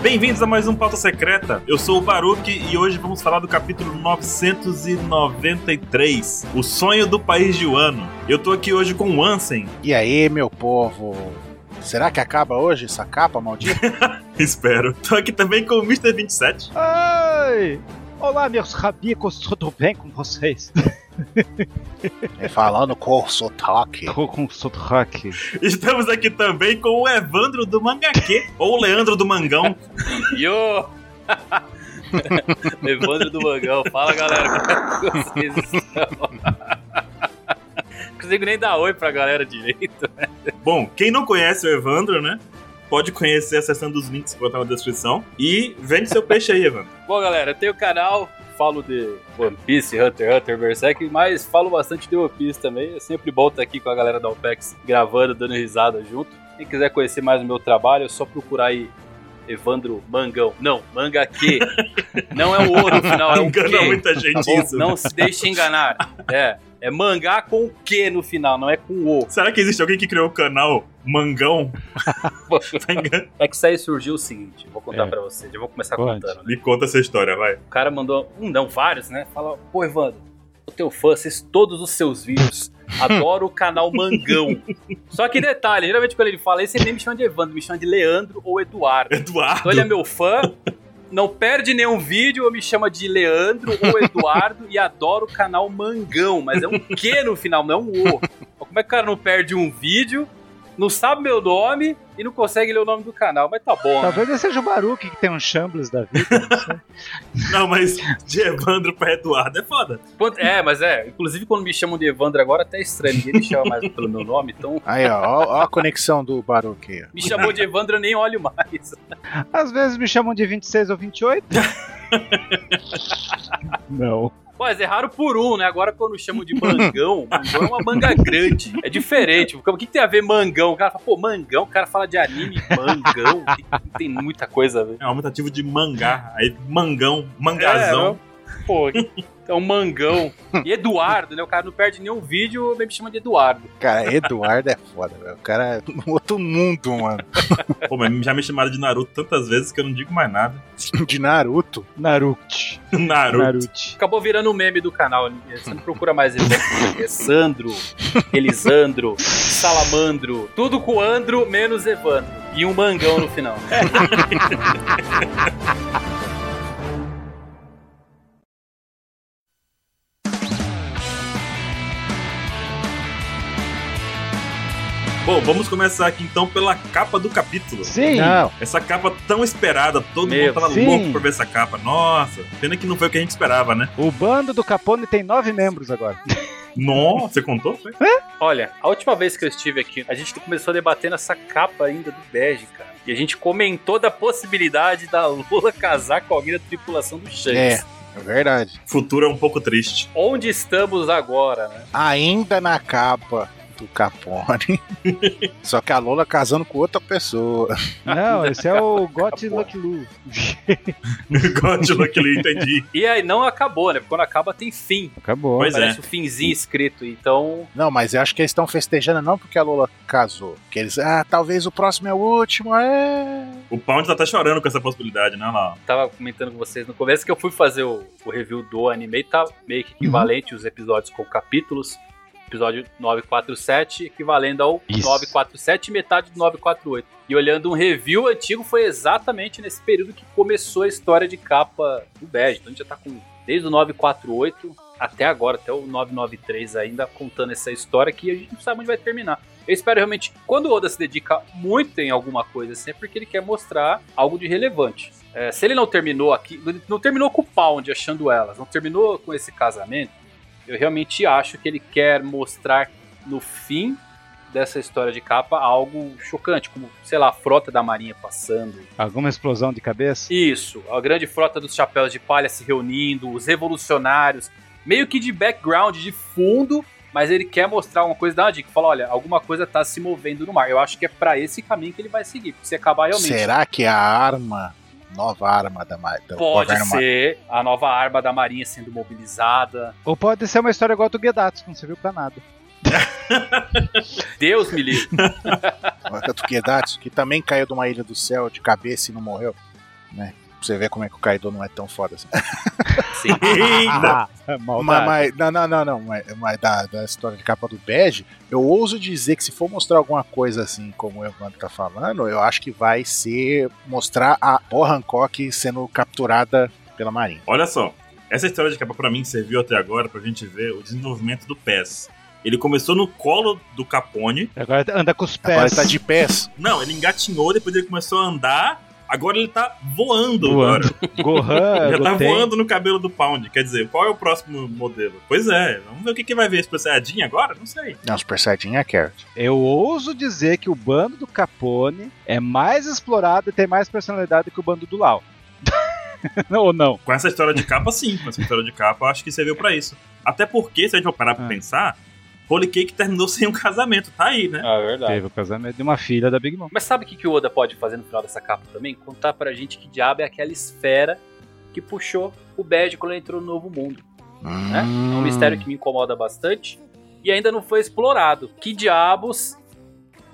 Bem-vindos a mais um Pauta Secreta. Eu sou o Baruque e hoje vamos falar do capítulo 993, O Sonho do País de Wano. Eu tô aqui hoje com o Ansem. E aí, meu povo? Será que acaba hoje essa capa maldita? Espero. Tô aqui também com o Mr. 27. Ai! Olá, meus rabicos, tudo bem com vocês? E falando com o sotaque. Tô com sotaque. Estamos aqui também com o Evandro do Mangaquê, ou o Leandro do Mangão. Yo! Evandro do Mangão, fala galera, como é que vocês estão? Não consigo nem dar oi pra galera direito. Bom, quem não conhece o Evandro, né? Pode conhecer acessando os links que eu botar na descrição. E vende seu peixe aí, Evandro. Bom, galera, eu tenho o canal, falo de One Piece, Hunter x Hunter, Berserk, mas falo bastante de One Piece também. É sempre bom estar aqui com a galera da OPEX gravando, dando risada junto. Quem quiser conhecer mais o meu trabalho, é só procurar aí Evandro Mangão. Não, manga que. Não é o ouro no final, é o Engana quê. muita gente Tá bom? isso. né? Não se deixe enganar. É, é mangá com o que no final, não é com o. Será que existe alguém que criou o canal Mangão? Tá engan- É que isso aí surgiu o seguinte, eu vou contar É. pra vocês, eu vou começar Conte. contando. Né? Me conta essa história, vai. O cara mandou, um não, vários, né? Fala, pô, Evandro, eu teu fã, vocês todos os seus vídeos. Adoro o canal Mangão. Só que detalhe, geralmente quando ele fala isso, ele nem me chama de Evandro, me chama de Leandro ou Eduardo. Eduardo. Então ele é meu fã, não perde nenhum vídeo, ou me chama de Leandro ou Eduardo e adoro o canal Mangão, mas é um Q no final, não é um O. Mas Como é que o cara não perde um vídeo, não sabe meu nome e não consegue ler o nome do canal? Mas tá bom. né? Talvez eu seja o Baruque que tem um Shambles da vida. Não, mas de Evandro pra Eduardo é foda. Quando- É, mas é. Inclusive, quando me chamam de Evandro agora, até é estranho. Ninguém me chama mais pelo meu nome, então Aí, ó, ó, ó a conexão do Baruque. me chamou de Evandro, eu nem olho mais. Às vezes me chamam de 26 ou 28. Não. Pô, eles erraram por um, né? Agora, quando chamam de mangão, mangão é uma manga grande. É diferente. Porque o que que tem a ver mangão? O cara fala, pô, mangão, o cara fala de anime, mangão. Tem, tem muita coisa a ver. É um aumentativo de mangá. Aí, mangão, mangazão. É, pô, é um mangão. E Eduardo, né? O cara não perde nenhum vídeo, me chama de Eduardo. Cara, Eduardo é foda, velho. O cara é um outro mundo, mano. Pô, mas já me chamaram de Naruto tantas vezes que eu não digo mais nada. De Naruto. Naruto. Naruto. Naruto. Acabou virando um meme do canal. né? Você não procura mais Evandro. É Sandro, Elisandro, Salamandro. Tudo com Andro, menos Evandro. E um mangão no final. Bom, vamos começar aqui então pela capa do capítulo. Sim. Não. Essa capa tão esperada, todo Meu, mundo tava sim. louco pra ver essa capa. Nossa, pena que não foi o que a gente esperava, né? O bando do Capone tem nove membros agora. Nossa, você contou? Foi? Olha, a última vez que eu estive aqui, a gente começou debatendo essa capa ainda do bege, cara. E a gente comentou da possibilidade da Lula casar com alguém da tripulação do Shanks. É verdade. Futuro é um pouco triste. Onde estamos agora, né? Ainda na capa do Capone. Só que a Lola casando com outra pessoa. Não, esse é o Got Lucky Lu. God, Lucky Lee, entendi. E aí não acabou, né? Porque quando acaba tem fim. Acabou. Pois Parece é. o finzinho escrito. Então, Não, mas eu acho que eles estão festejando não porque a Lola casou. Porque eles, ah, talvez o próximo é o último. É. O Pound tá até chorando com essa possibilidade, né? Olha lá. tava comentando com vocês no começo que eu fui fazer o, o review do anime, e tá meio que equivalente os episódios com capítulos. Episódio 947, equivalendo ao Isso. 947 e metade do 948. E olhando um review antigo, foi exatamente nesse período que começou a história de capa do Bad. Então a gente já tá com desde o 948 até agora, até o 993 ainda contando essa história que a gente não sabe onde vai terminar. Eu espero realmente, quando o Oda se dedica muito em alguma coisa, assim, é porque ele quer mostrar algo de relevante. É, se ele não terminou aqui, ele não terminou com o Pound achando elas, não terminou com esse casamento, eu realmente acho que ele quer mostrar no fim dessa história de capa algo chocante, como, sei lá, a frota da marinha passando, Alguma explosão de cabeça? isso, a grande frota dos chapéus de palha se reunindo, os revolucionários, meio que de background, de fundo, mas ele quer mostrar alguma coisa, dar uma dica, fala, olha, alguma coisa tá se movendo no mar. Eu acho que é pra esse caminho que ele vai seguir, porque se acabar realmente. Será que é a arma, nova arma da, ma- do Pode governo ser a nova arma da marinha sendo mobilizada. Ou pode ser uma história igual a do Gedatsu, que não serviu pra nada. Deus me livre. Tanto Kedatsu, que também caiu de uma ilha do céu de cabeça e não morreu. Né? Pra você ver como é que o Kaido não é tão foda assim. Sim. Eita! Mas, mas- não, não, não, não. Mas, mas da, da história de capa do Bege, eu ouso dizer que se for mostrar alguma coisa assim, como o Evandro tá falando, eu acho que vai ser mostrar a Bo Hancock sendo capturada pela Marinha. Olha só, essa história de capa pra mim serviu até agora pra gente ver o desenvolvimento do PES. Ele começou no colo do Capone. Agora anda com os pés. Agora ele tá de pés. Não, ele engatinhou, depois ele começou a andar. Agora ele tá voando, Voando. É, agora. Gohan, Já tá Goten. voando no cabelo do Pound. Quer dizer, qual é o próximo modelo? Pois é, vamos ver o que, que vai ver. Super Saiyajin agora? Não sei. Não, Super Saiyajin é Carrot. Eu ouso dizer que o bando do Capone é mais explorado e tem mais personalidade que o bando do Lau. Não, Ou não? Com essa história de capa, sim. Com essa história de capa, eu acho que serviu pra isso. Até porque, se a gente for parar pra Ah. pensar, Holy Cake terminou sem um casamento. Tá aí, né? Ah, é verdade. Teve o casamento de uma filha da Big Mom. Mas sabe o que, que o Oda pode fazer no final dessa capa também? Contar pra gente que diabo é aquela esfera que puxou o Bad quando ele entrou no Novo Mundo. Né? Hum. É um mistério que me incomoda bastante e ainda não foi explorado. Que diabos?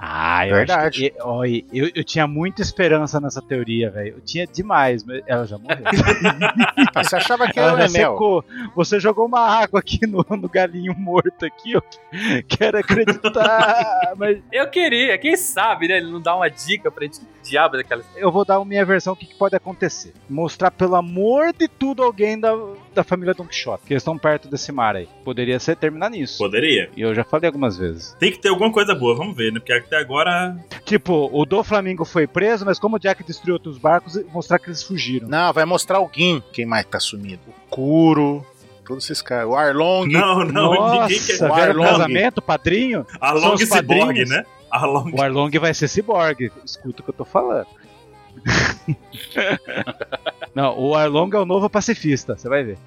Ah, eu Verdade. acho que- Oi, eu, eu tinha muita esperança nessa teoria, velho. Eu tinha demais, mas ela já morreu. Hum. Ah, Você achava que ela é era um já mel? secou. Você jogou uma água aqui no, no galinho morto aqui, eu quero acreditar. Ah, mas Eu queria, quem sabe, né? Ele não dá uma dica pra gente. Que diabo é daquela eu vou dar a minha versão, o que, que pode acontecer. Mostrar, pelo amor de tudo, alguém da, da família Don Quixote, que eles estão perto desse mar aí. Poderia ser terminar nisso. Poderia. E eu já falei algumas vezes. Tem que ter alguma coisa boa, vamos ver, né? Porque até agora Tipo, o do Flamengo foi preso, mas como o Jack destruiu outros barcos, mostrar que eles fugiram. Não, vai mostrar alguém. Quem mais tá sumido? O Kuro, todos esses caras. O Arlong. Não, não, ninguém quer. Nossa, O velho, Arlong. casamento, padrinho? Arlong são os Cyborg, padrinhos. né? Arlong. O Arlong vai ser ciborgue. Escuta o que eu tô falando. Não, o Arlong é o novo pacifista, você vai ver.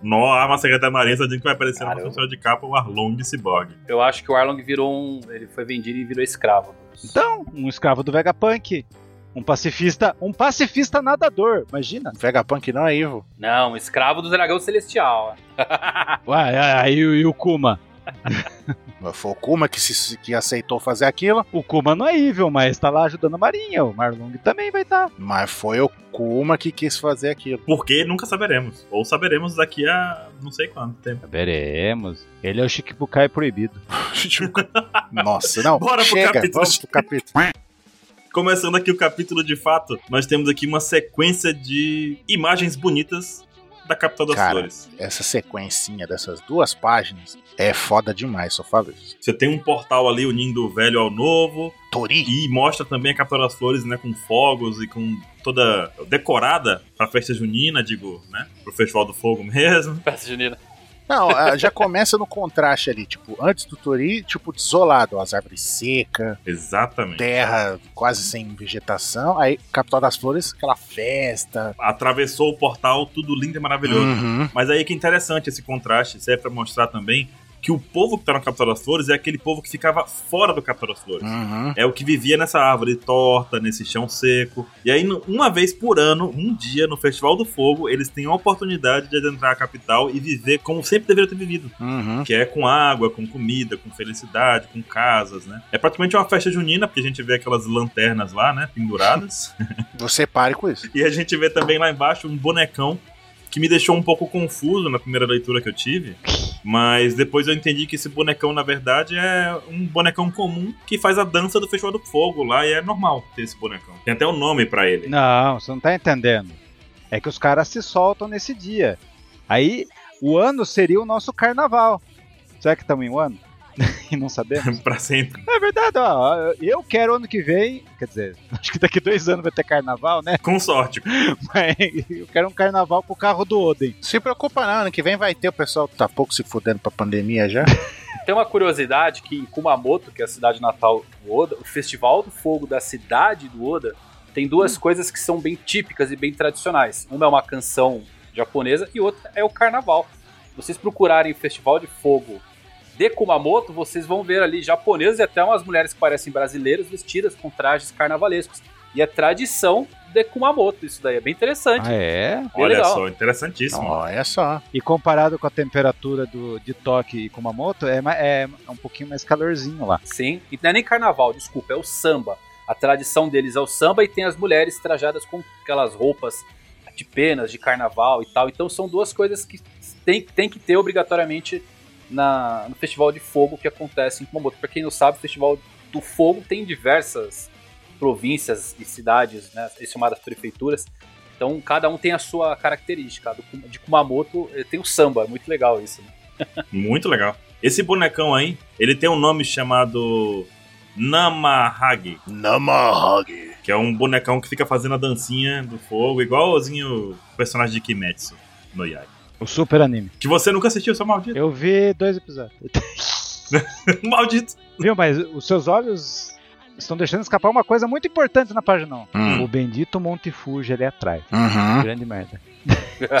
Nó, a arma secreta da marinha, só dizendo que vai aparecer na Caramba. função de capa o Arlong Cyborg. Eu acho que o Arlong virou um. Ele foi vendido e virou escravo. Então, um escravo do Vegapunk, um pacifista, um pacifista nadador, imagina. Vegapunk não é Ivo. Não, um escravo do dragão celestial. Ué, aí o- e o Kuma? Foi o Kuma que, se, que aceitou fazer aquilo, O Kuma não é evil, mas tá lá ajudando a marinha. O Marlong também vai tá. estar. mas foi o Kuma que quis fazer aquilo. Porque nunca saberemos. Ou saberemos daqui a não sei quanto tempo. Veremos. Ele é o Shikibukai proibido. Nossa, não. Bora pro Chega, capítulo. vamos pro capítulo. Começando aqui o capítulo de fato, nós temos aqui uma sequência de imagens bonitas da capital das Cara. flores. Essa sequencinha dessas duas páginas é foda demais, só falo isso. Você tem um portal ali unindo o velho ao novo Tori. e mostra também a capital das flores, né, com fogos e com toda decorada pra festa junina, digo, né, pro festival do fogo mesmo. Peça Junina. Não, ah, já começa no contraste ali, tipo, antes do Tori, tipo, desolado, as árvores secas, Exatamente. terra quase sem vegetação, aí Capital das Flores, aquela festa. Atravessou o portal, tudo lindo e maravilhoso. Uhum. Mas aí que é interessante esse contraste, serve pra mostrar também que o povo que tá na Capital das Flores é aquele povo que ficava fora do Capital das Flores. Uhum. É o que vivia nessa árvore torta, nesse chão seco. E aí, no- uma vez por ano, um dia, no Festival do Fogo, eles têm a oportunidade de adentrar a capital e viver como sempre deveriam ter vivido. Uhum. Que é com água, com comida, com felicidade, com casas, né? É praticamente uma festa junina, porque a gente vê aquelas lanternas lá, né? Penduradas. Você pare com isso. E a gente vê também lá embaixo um bonecão que me deixou um pouco confuso na primeira leitura que eu tive, mas depois eu entendi que esse bonecão na verdade é um bonecão comum que faz a dança do Festival do Fogo lá e é normal ter esse bonecão. Tem até um nome pra ele. Não, você não tá entendendo. É que os caras se soltam nesse dia. Aí, o ano seria o nosso carnaval. Será que estamos em um ano? e não sabemos? pra sempre. É verdade, ó. Eu quero ano que vem. Quer dizer, acho que daqui dois anos vai ter carnaval, né? Com sorte. Mas eu quero um carnaval com o carro do Oden. Se preocupa não, ano que vem vai ter o pessoal que tá pouco se fudendo pra pandemia já. Tem uma curiosidade que em Kumamoto, que é a cidade natal do Oda, o Festival do Fogo da cidade do Oda tem duas coisas que são bem típicas e bem tradicionais. Uma é uma canção japonesa e outra é o carnaval. Vocês procurarem o Festival de Fogo de Kumamoto, vocês vão ver ali japoneses e até umas mulheres que parecem brasileiras vestidas com trajes carnavalescos. E a tradição de Kumamoto, isso daí é bem interessante. Ah, é? bem Olha legal. só, interessantíssimo. Olha só. E comparado com a temperatura do, de Tóquio e Kumamoto, é, ma- é um pouquinho mais calorzinho lá. Sim, e não é nem carnaval, desculpa, é o samba. A tradição deles é o samba e tem as mulheres trajadas com aquelas roupas de penas, de carnaval e tal. Então são duas coisas que tem, tem que ter obrigatoriamente na, no Festival de Fogo que acontece em Kumamoto. Pra quem não sabe, o Festival do Fogo tem diversas províncias e cidades, né, as chamadas prefeituras. Então cada um tem a sua característica. A do Kum- de Kumamoto eh, tem o samba, é muito legal isso. né? Muito legal. Esse bonecão aí, ele tem um nome chamado Namahagi, Namahag. que é um bonecão que fica fazendo a dancinha do fogo, igualzinho o personagem de Kimetsu no Yai. O super anime. Que você nunca assistiu, seu maldito. Eu vi dois episódios. Maldito. Viu, mas os seus olhos estão deixando escapar uma coisa muito importante na página Hum. 1. Hum. O bendito Monte Fuji ali atrás. Uhum. Grande merda.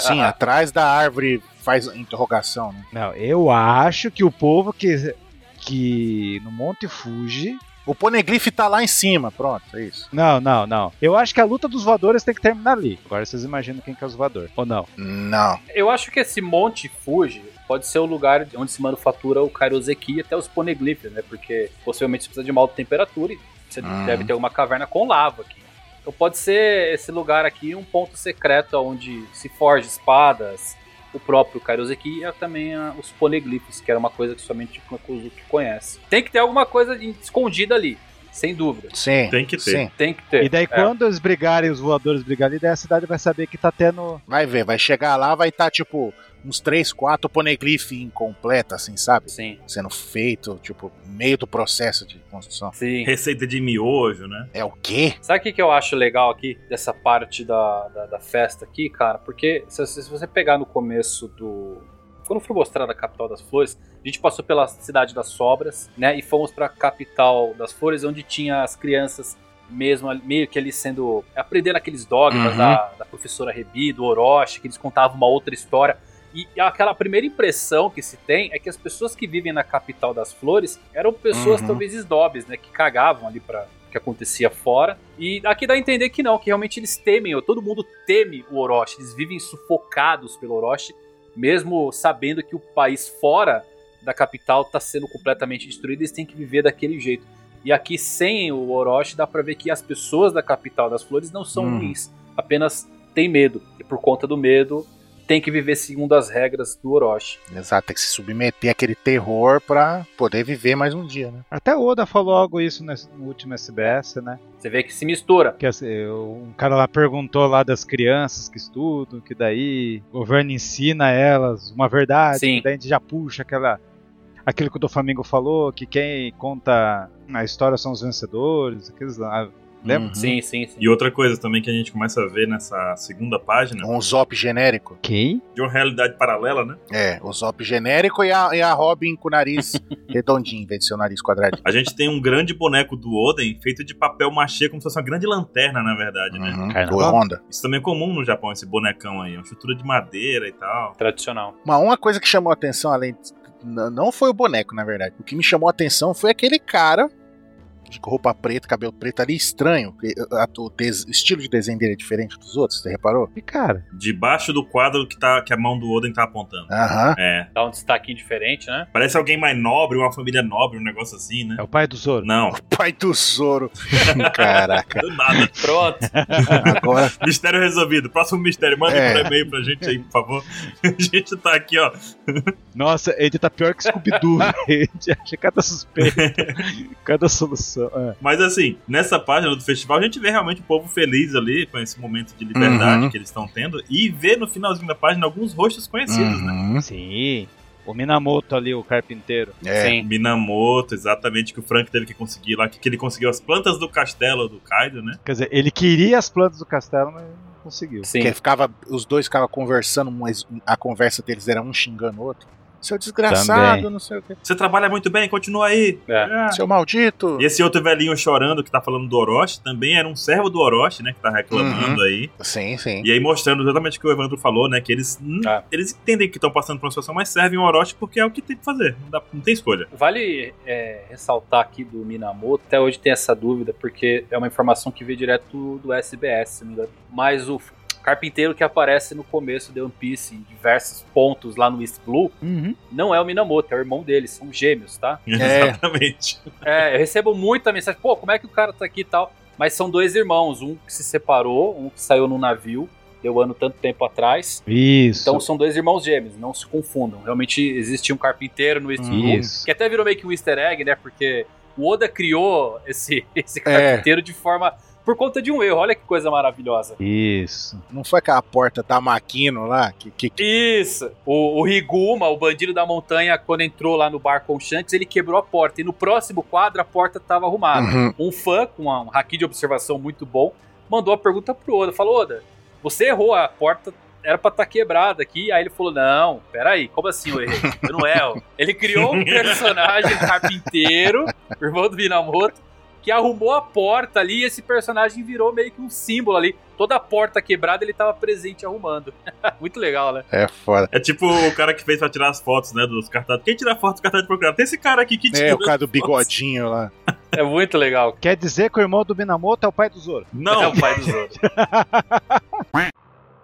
Sim, atrás da árvore faz interrogação, né? Não, eu acho que o povo que, que no Monte Fuji. O poneglyph tá lá em cima, pronto, é isso. Não, não, não. Eu acho que a luta dos voadores tem que terminar ali. Agora vocês imaginam quem que é o voador. Ou não? Não. Eu acho que esse Monte Fuji pode ser o lugar onde se manufatura o Kairoseki e até os poneglyphs, né? Porque possivelmente você precisa de uma alta temperatura e você Ah. Uhum. deve ter alguma caverna com lava aqui. Então pode ser esse lugar aqui um ponto secreto onde se forja espadas, o próprio Kairoseki e também ah, os poneglyphs, que era uma coisa que somente o Kuzuki conhece. Tem que ter alguma coisa de- escondida ali, sem dúvida. Sim. Tem que ter. Sim. Tem que ter. E daí, quando eles brigarem, os voadores brigarem, daí a cidade vai saber que tá tendo. Vai ver, vai chegar lá, vai estar, tipo, uns 3, 4 poneglyph incompleta, assim, sabe? Sim, Sendo feito, tipo, meio do processo de construção. sim. Receita de miojo, né? É o quê? Sabe o que, que eu acho legal aqui, dessa parte da, da, da festa aqui, cara? Porque se, se você pegar no começo do. Quando for mostrar a capital das flores, a gente passou pela cidade das sobras, né? E fomos pra capital das flores, onde tinha as crianças mesmo ali- meio que ali sendo. aprendendo aqueles dogmas Uhum. da, da professora Rebi, do Orochi, que eles contavam uma outra história. E aquela primeira impressão que se tem é que as pessoas que vivem na capital das flores eram pessoas Uhum. talvez esdobres, né? Que cagavam ali pra o que acontecia fora. E aqui dá a entender que não, que realmente eles temem, ou todo mundo teme o Orochi. Eles vivem sufocados pelo Orochi, mesmo sabendo que o país fora da capital está sendo completamente destruído, eles têm que viver daquele jeito. E aqui, sem o Orochi, dá pra ver que as pessoas da capital das flores não são Hum. ruins, apenas têm medo. E por conta do medo, tem que viver segundo as regras do Orochi. Exato, tem que se submeter àquele terror pra poder viver mais um dia, né? Até o Oda falou algo isso nesse- no último SBS, né? Você vê que se mistura. Que assim, um cara lá perguntou lá das crianças que estudam, que daí o governo ensina elas uma verdade, Sim. que daí a gente já puxa aquela aquilo que o do Flamengo falou, que quem conta a história são os vencedores, aqueles lá. Lembra? Uhum. Sim, sim, sim. E outra coisa também que a gente começa a ver nessa segunda página, Um zop genérico. Quem? de uma realidade paralela, né? É, o zop genérico e a, e a Robin com o nariz redondinho, em vez de ser o nariz quadradinho. A gente tem um grande boneco do Oden feito de papel machê, como se fosse uma grande lanterna, na verdade, né? Uhum. Carnaval. Foi Honda. Isso também é comum no Japão, esse bonecão aí. É uma estrutura de madeira e tal. Tradicional. Mas uma coisa que chamou a atenção, além de, n- não foi o boneco, na verdade. O que me chamou a atenção foi aquele cara de roupa preta, cabelo preto ali, estranho. que, a- O des- o estilo de desenho dele é diferente dos outros, você reparou? E cara, Debaixo do quadro que, tá, que a mão do Oden tá apontando. Aham. É. Dá um destaquinho diferente, né? Parece alguém mais nobre, uma família nobre, um negócio assim, né? é o pai do Zoro. Não, Pai do Zoro. Caraca. do nada. Pronto. Agora, Mistério resolvido. Próximo mistério, manda É. um e-mail pra gente aí, por favor. A gente tá aqui, ó. Nossa, ele tá pior que Scooby-Doo. ele acha é cada suspeita, cada solução. É. Mas assim, nessa página do festival, a gente vê realmente o povo feliz ali com esse momento de liberdade Uhum. que eles estão tendo. E vê no finalzinho da página alguns rostos conhecidos, né? Uhum. Sim, o Minamoto ali, o carpinteiro. É. Sim. Minamoto, exatamente, que o Frank teve que conseguir lá, que, que ele conseguiu as plantas do castelo do Kaido, né? Quer dizer, ele queria as plantas do castelo, mas não conseguiu. Sim. Que ficava, os dois ficavam conversando, mas a conversa deles era um xingando o outro. Seu desgraçado, Também. não sei o quê. Você trabalha muito bem, continua aí. É. Ah. Seu maldito. E esse outro velhinho chorando que tá falando do Orochi também era um servo do Orochi, né? Que tá Uhum. reclamando aí. Sim, sim. E aí mostrando exatamente o que o Evandro falou, né? Que eles, hum, Ah. eles entendem que estão passando por uma situação, mas servem o Orochi porque é o que tem que fazer. Não, dá- não tem escolha. Vale é, ressaltar aqui do Minamoto, até hoje tem essa dúvida, porque é uma informação que veio direto do SBS, se não me engano. Mas o carpinteiro que aparece no começo de One Piece, em diversos pontos lá no East Blue, Uhum. não é o Minamoto, é o irmão dele, são gêmeos, tá? É. Exatamente. É, eu recebo muita mensagem, pô, como é que o cara tá aqui e tal? Mas são dois irmãos, um que se separou, um que saiu no navio, deu ano tanto tempo atrás. Isso. Então são dois irmãos gêmeos, não se confundam. Realmente existia um carpinteiro no East Blue, Isso. que até virou meio que um easter egg, né? Porque o Oda criou esse, esse É. carpinteiro de forma. por conta de um erro. Olha que coisa maravilhosa. Isso. Não foi aquela porta da Maquino lá? Que, que- que- Isso! O, o Riguma, o bandido da montanha, quando entrou lá no bar com o Shanks, ele quebrou a porta. E no próximo quadro a porta tava arrumada. Uhum. Um fã, com uma- um haki de observação muito bom, mandou a pergunta pro Oda. Falou, Oda, você errou, a porta era pra estar quebrada aqui. Aí ele falou, não, peraí, como assim eu errei? Eu não erro. Ele criou um personagem carpinteiro, o irmão do Minamoto, que arrumou a porta ali e esse personagem virou meio que um símbolo ali. Toda a porta quebrada ele tava presente arrumando. Muito legal, né? É foda. É tipo o cara que fez pra tirar as fotos, né? Dos cartazes. Quem tira foto do cartaz de procurado? Tem esse cara aqui que tira. É, o cara do as fotos. bigodinho lá. É muito legal. Quer dizer que o irmão do Minamoto é o pai do Zoro. É Não, o pai do Zoro.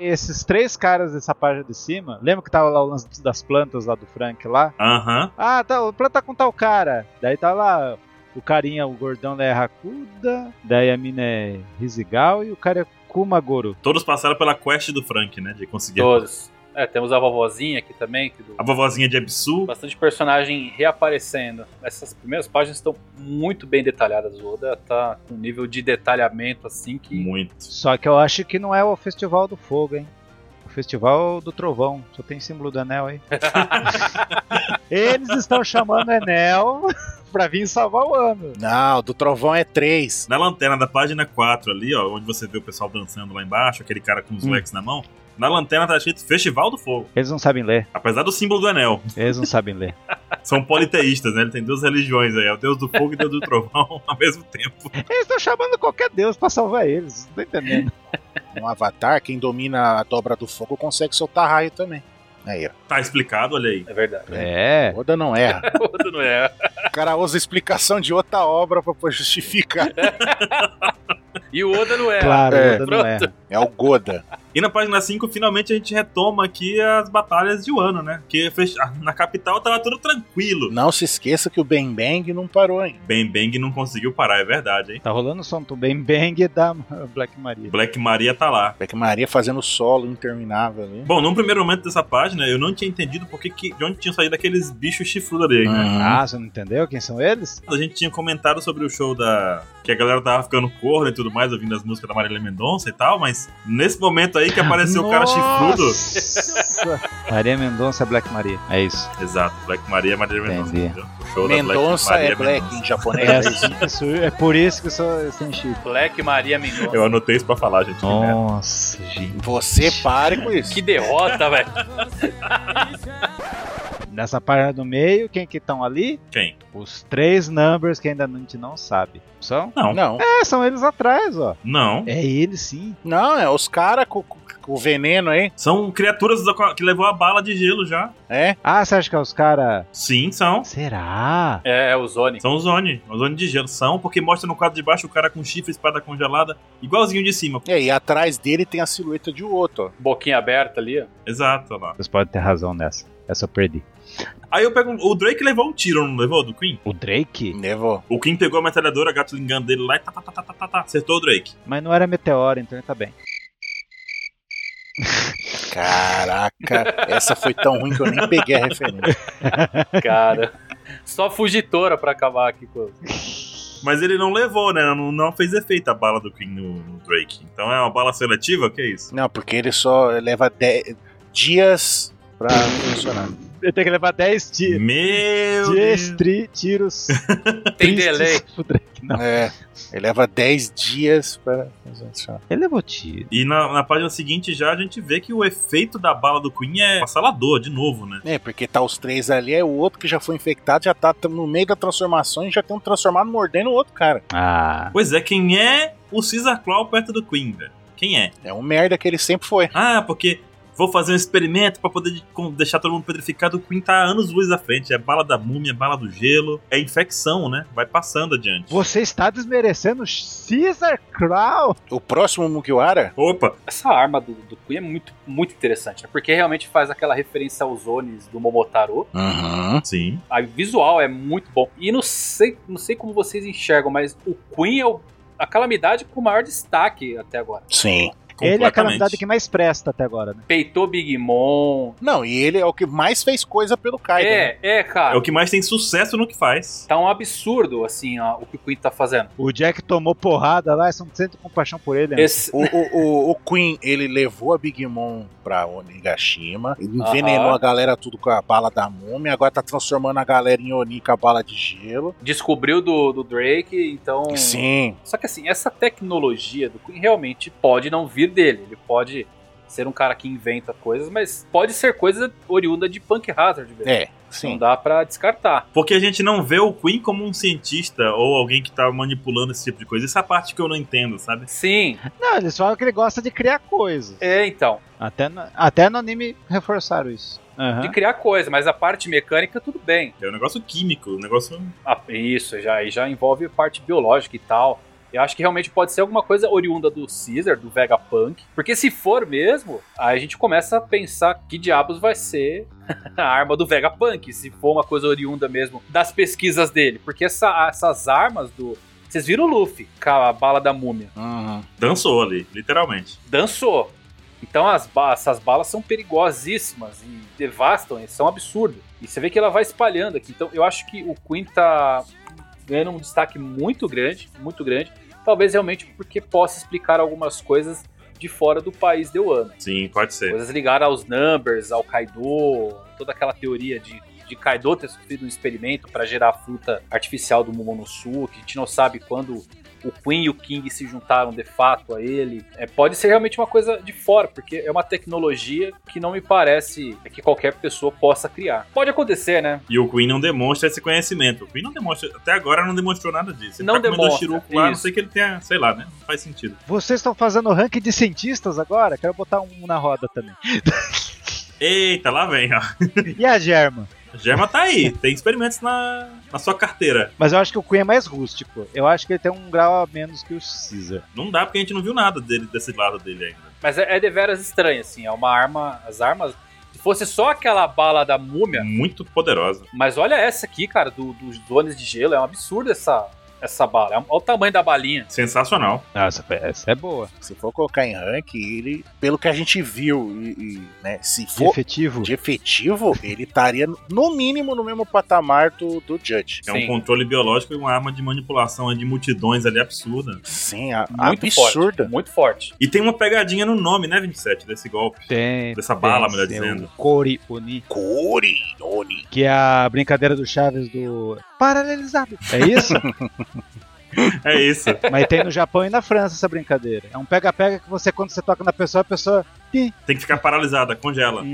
Esses três caras dessa página de cima, lembra que tava lá o lance das plantas lá do Frank lá? Aham. Ah, tá, o planta com tal cara. Daí tá lá o carinha, o gordão lá é Hakuda, daí a mina é Rizigal e o cara é Kumagoro. Todos passaram pela quest do Frank, né? De conseguir. Todos. É, temos a vovozinha aqui também, que do- A vovozinha de Absu. bastante personagem reaparecendo. Essas primeiras páginas estão muito bem detalhadas. O Oda tá com um nível de detalhamento assim que. Muito. Só que eu acho que não é o Festival do Fogo, hein? O Festival do Trovão. Só tem símbolo do Anel aí. Eles estão chamando o Enel pra vir salvar o ano. Não, o do trovão é três. Na lanterna da página 4 ali, ó, onde você vê o pessoal dançando lá embaixo, aquele cara com os Hum. leques na mão. Na lanterna tá escrito Festival do Fogo. Eles não sabem ler. Apesar do símbolo do anel. Eles não sabem ler. São politeístas, né? Ele tem duas religiões aí, é o deus do fogo e o deus do trovão ao mesmo tempo. Eles estão chamando qualquer deus pra salvar eles. Não tô entendendo. Um avatar, quem domina a dobra do fogo consegue soltar raio também. Aí, ó. Tá explicado, olha aí. É verdade. É. Oda não erra. O Oda não é. O cara usa explicação de outra obra pra poder justificar. E o Oda não é. Claro, É. Oda não erra. É o Goda. E na página 5, finalmente a gente retoma aqui as batalhas de Wano, né? Porque fech- na capital tava tudo tranquilo. Não se esqueça que o Ben Bang não parou ainda. Ben Bang não conseguiu parar, é verdade, hein? Tá rolando o som do Bang Bang da Black Maria. Black Maria tá lá. É que Maria fazendo solo interminável ali. Bom, num primeiro momento dessa página, eu não tinha entendido porque que, de onde tinham saído aqueles bichos chifrudos ali, né? Ah, Ah, você não entendeu quem são eles? A gente tinha comentado sobre o show da. que a galera tava ficando corna e tudo mais, ouvindo as músicas da Marília Mendonça e tal, mas nesse momento aí que apareceu o cara chifrudo. chifrudo. Maria Mendonça é Black Maria. É isso. Exato, Black Maria é Marília Mendonça. Entendi. entendeu? O show Mendonça da Black Maria é black Mendonça. em japonês. É, isso- é por isso que eu sou sem chifre. Black Maria Mendonça. Eu anotei isso pra falar, gente. que merda. Nossa, gente. Você pare com isso. Que derrota, velho. Nessa página do meio, quem que estão ali? Quem? Os três numbers que ainda a gente não sabe. São? Não. É, são eles atrás, ó. Não. É eles sim. Não, é os caras com, com- com o veneno aí. São criaturas da qual- que levou a bala de gelo já. É. Ah, você acha que é os caras. Sim, são. Será? É, o Zone. São os Oni. Os Oni de gelo. São, porque mostra no quadro de baixo o cara com chifre e espada congelada, igualzinho de cima. É, E atrás dele tem a silhueta de outro. ó. Boquinha aberta ali, ó. Exato, olha lá. Vocês podem ter razão nessa. Essa eu perdi. Aí eu pergunto, o Drake levou um tiro, não levou? Do Queen? O Drake? Levou. O Queen pegou a metralhadora, gato lingando dele lá e tá, tá, tá, tá, tá, tá, tá. Acertou o Drake. Mas não era meteoro, então ele tá bem. Caraca, essa foi tão ruim que eu nem peguei a referência. Cara. Só fugitora pra acabar aqui com. Mas ele não levou, né? Não, não fez efeito a bala do Queen no, no Drake. Então é uma bala seletiva? O que é isso? Não, porque ele só leva de- dias pra funcionar. Eu tenho que levar 10 tiros. Meu Deus. 10 tri- tiros. Tem tristes delay. pro Drake. Não. É, ele leva 10 dias para. Ele levou tiro. E na, na página seguinte já a gente vê que o efeito da bala do Queen é assalador, de novo, né? É, porque tá os três ali, é o outro que já foi infectado, já tá no meio da transformação e já tem um transformado mordendo o outro cara. Ah. Pois é, quem é o Caesar Claw perto do Queen, velho? Quem é? É um merda que ele sempre foi. Ah, porque vou fazer um experimento pra poder de- com- deixar todo mundo petrificado. O Queen tá anos luz à frente. É bala da múmia, bala do gelo. É infecção, né? Vai passando adiante. Você está desmerecendo Caesar Crow? é O próximo Mugiwara, Opa, Essa arma do, do Queen é muito, muito interessante, né? Porque realmente faz aquela referência aos Onis do Momotaro. uhum. sim. A visual é muito bom. E não sei, não sei como vocês enxergam, mas o Queen é o- a calamidade com o maior destaque até agora. sim. Ele é a completamente. calamidade que mais presta até agora, né? Peitou Big Mom. Não, e ele é o que mais fez coisa pelo Kaido. né? É, é, É cara. o que mais tem sucesso no que faz. Tá um absurdo, assim, ó, o que o Queen tá fazendo. O Jack tomou porrada lá, você não sente compaixão por ele, né? Esse, O, o, o, o Queen, ele levou a Big Mom pra Onigashima, ele envenenou Aham. a galera tudo com a bala da múmia, agora tá transformando a galera em Oni com a bala de gelo. descobriu do, do Drake, então. Sim. Só que assim, essa tecnologia do Queen realmente pode não vir dele. Ele pode ser um cara que inventa coisas, mas pode ser coisa oriunda de Punk Hazard mesmo. É, Não sim. dá pra descartar. Porque a gente não vê o Queen como um cientista ou alguém que tá manipulando esse tipo de coisa. Essa é a parte que eu não entendo, sabe? Sim, Não, eles falam que ele gosta de criar coisas. é então. Até no, até no anime reforçaram isso. Aham. De criar coisa, mas a parte mecânica tudo bem. É um negócio químico, um negócio. Ah, isso, já, aí já envolve parte biológica e tal. Eu acho que realmente pode ser alguma coisa oriunda do Caesar, do Vegapunk. Porque se for mesmo, aí a gente começa a pensar que diabos vai ser a arma do Vegapunk, se for uma coisa oriunda mesmo das pesquisas dele. Porque essa- essas armas do. Vocês viram o Luffy com a bala da múmia? Uhum. Dançou ali, literalmente. Dançou. Então as ba- essas balas são perigosíssimas e devastam, e são absurdo. E você vê que ela vai espalhando aqui. Então eu acho que o Queen tá ganhando um destaque muito grande, muito grande. Talvez realmente porque possa explicar algumas coisas de fora do país de Wano. Sim, pode ser. Coisas ligadas aos numbers, ao Kaido, toda aquela teoria de, de Kaido ter sofrido um experimento para gerar a fruta artificial do Momonosuke. A gente não sabe quando o Queen e o King se juntaram de fato a ele. É, pode ser realmente uma coisa de fora, porque é uma tecnologia que não me parece que qualquer pessoa possa criar. Pode acontecer, né? E o Queen não demonstra esse conhecimento. O Queen não demonstra. Até agora não demonstrou nada disso. Ele Não tá comendo demonstra, o Shiruko lá, não isso. sei que ele tenha. Sei lá, né? Não faz sentido. Vocês estão fazendo ranking de cientistas agora? Quero botar um na roda também. Eita, lá vem, ó. E a Germa? Germa tá aí. Tem experimentos na, na sua carteira. Mas eu acho que o Queen é mais rústico. Eu acho que ele tem um grau a menos que o Caesar. Não dá porque a gente não viu nada dele, desse lado dele ainda. Mas é, é deveras estranho, assim. É uma arma. As armas. Se fosse só aquela bala da múmia, É Muito poderosa. Mas olha essa aqui, cara, do, dos dones de gelo. É um absurdo essa, essa bala. É um- Olha o tamanho da balinha. Sensacional. Nossa, essa é boa. Se for colocar em rank, ele, pelo que a gente viu, e, e, né, se De for efetivo. de efetivo, ele estaria no mínimo no mesmo patamar do, do Judge. É Sim. um controle biológico e uma arma de manipulação de multidões ali absurda. Sim, a, Muito absurda. forte. Muito forte. E tem uma pegadinha no nome, né, 27, desse golpe. Tem. Dessa tem, bala, melhor tem dizendo. O Kori Oni, Kori, Oni. que é a brincadeira do Chaves do paralelizado. É isso? É isso. Mas tem no Japão e na França essa brincadeira. É um pega-pega que você, quando você toca na pessoa, a pessoa. Tem que ficar paralisada, congela.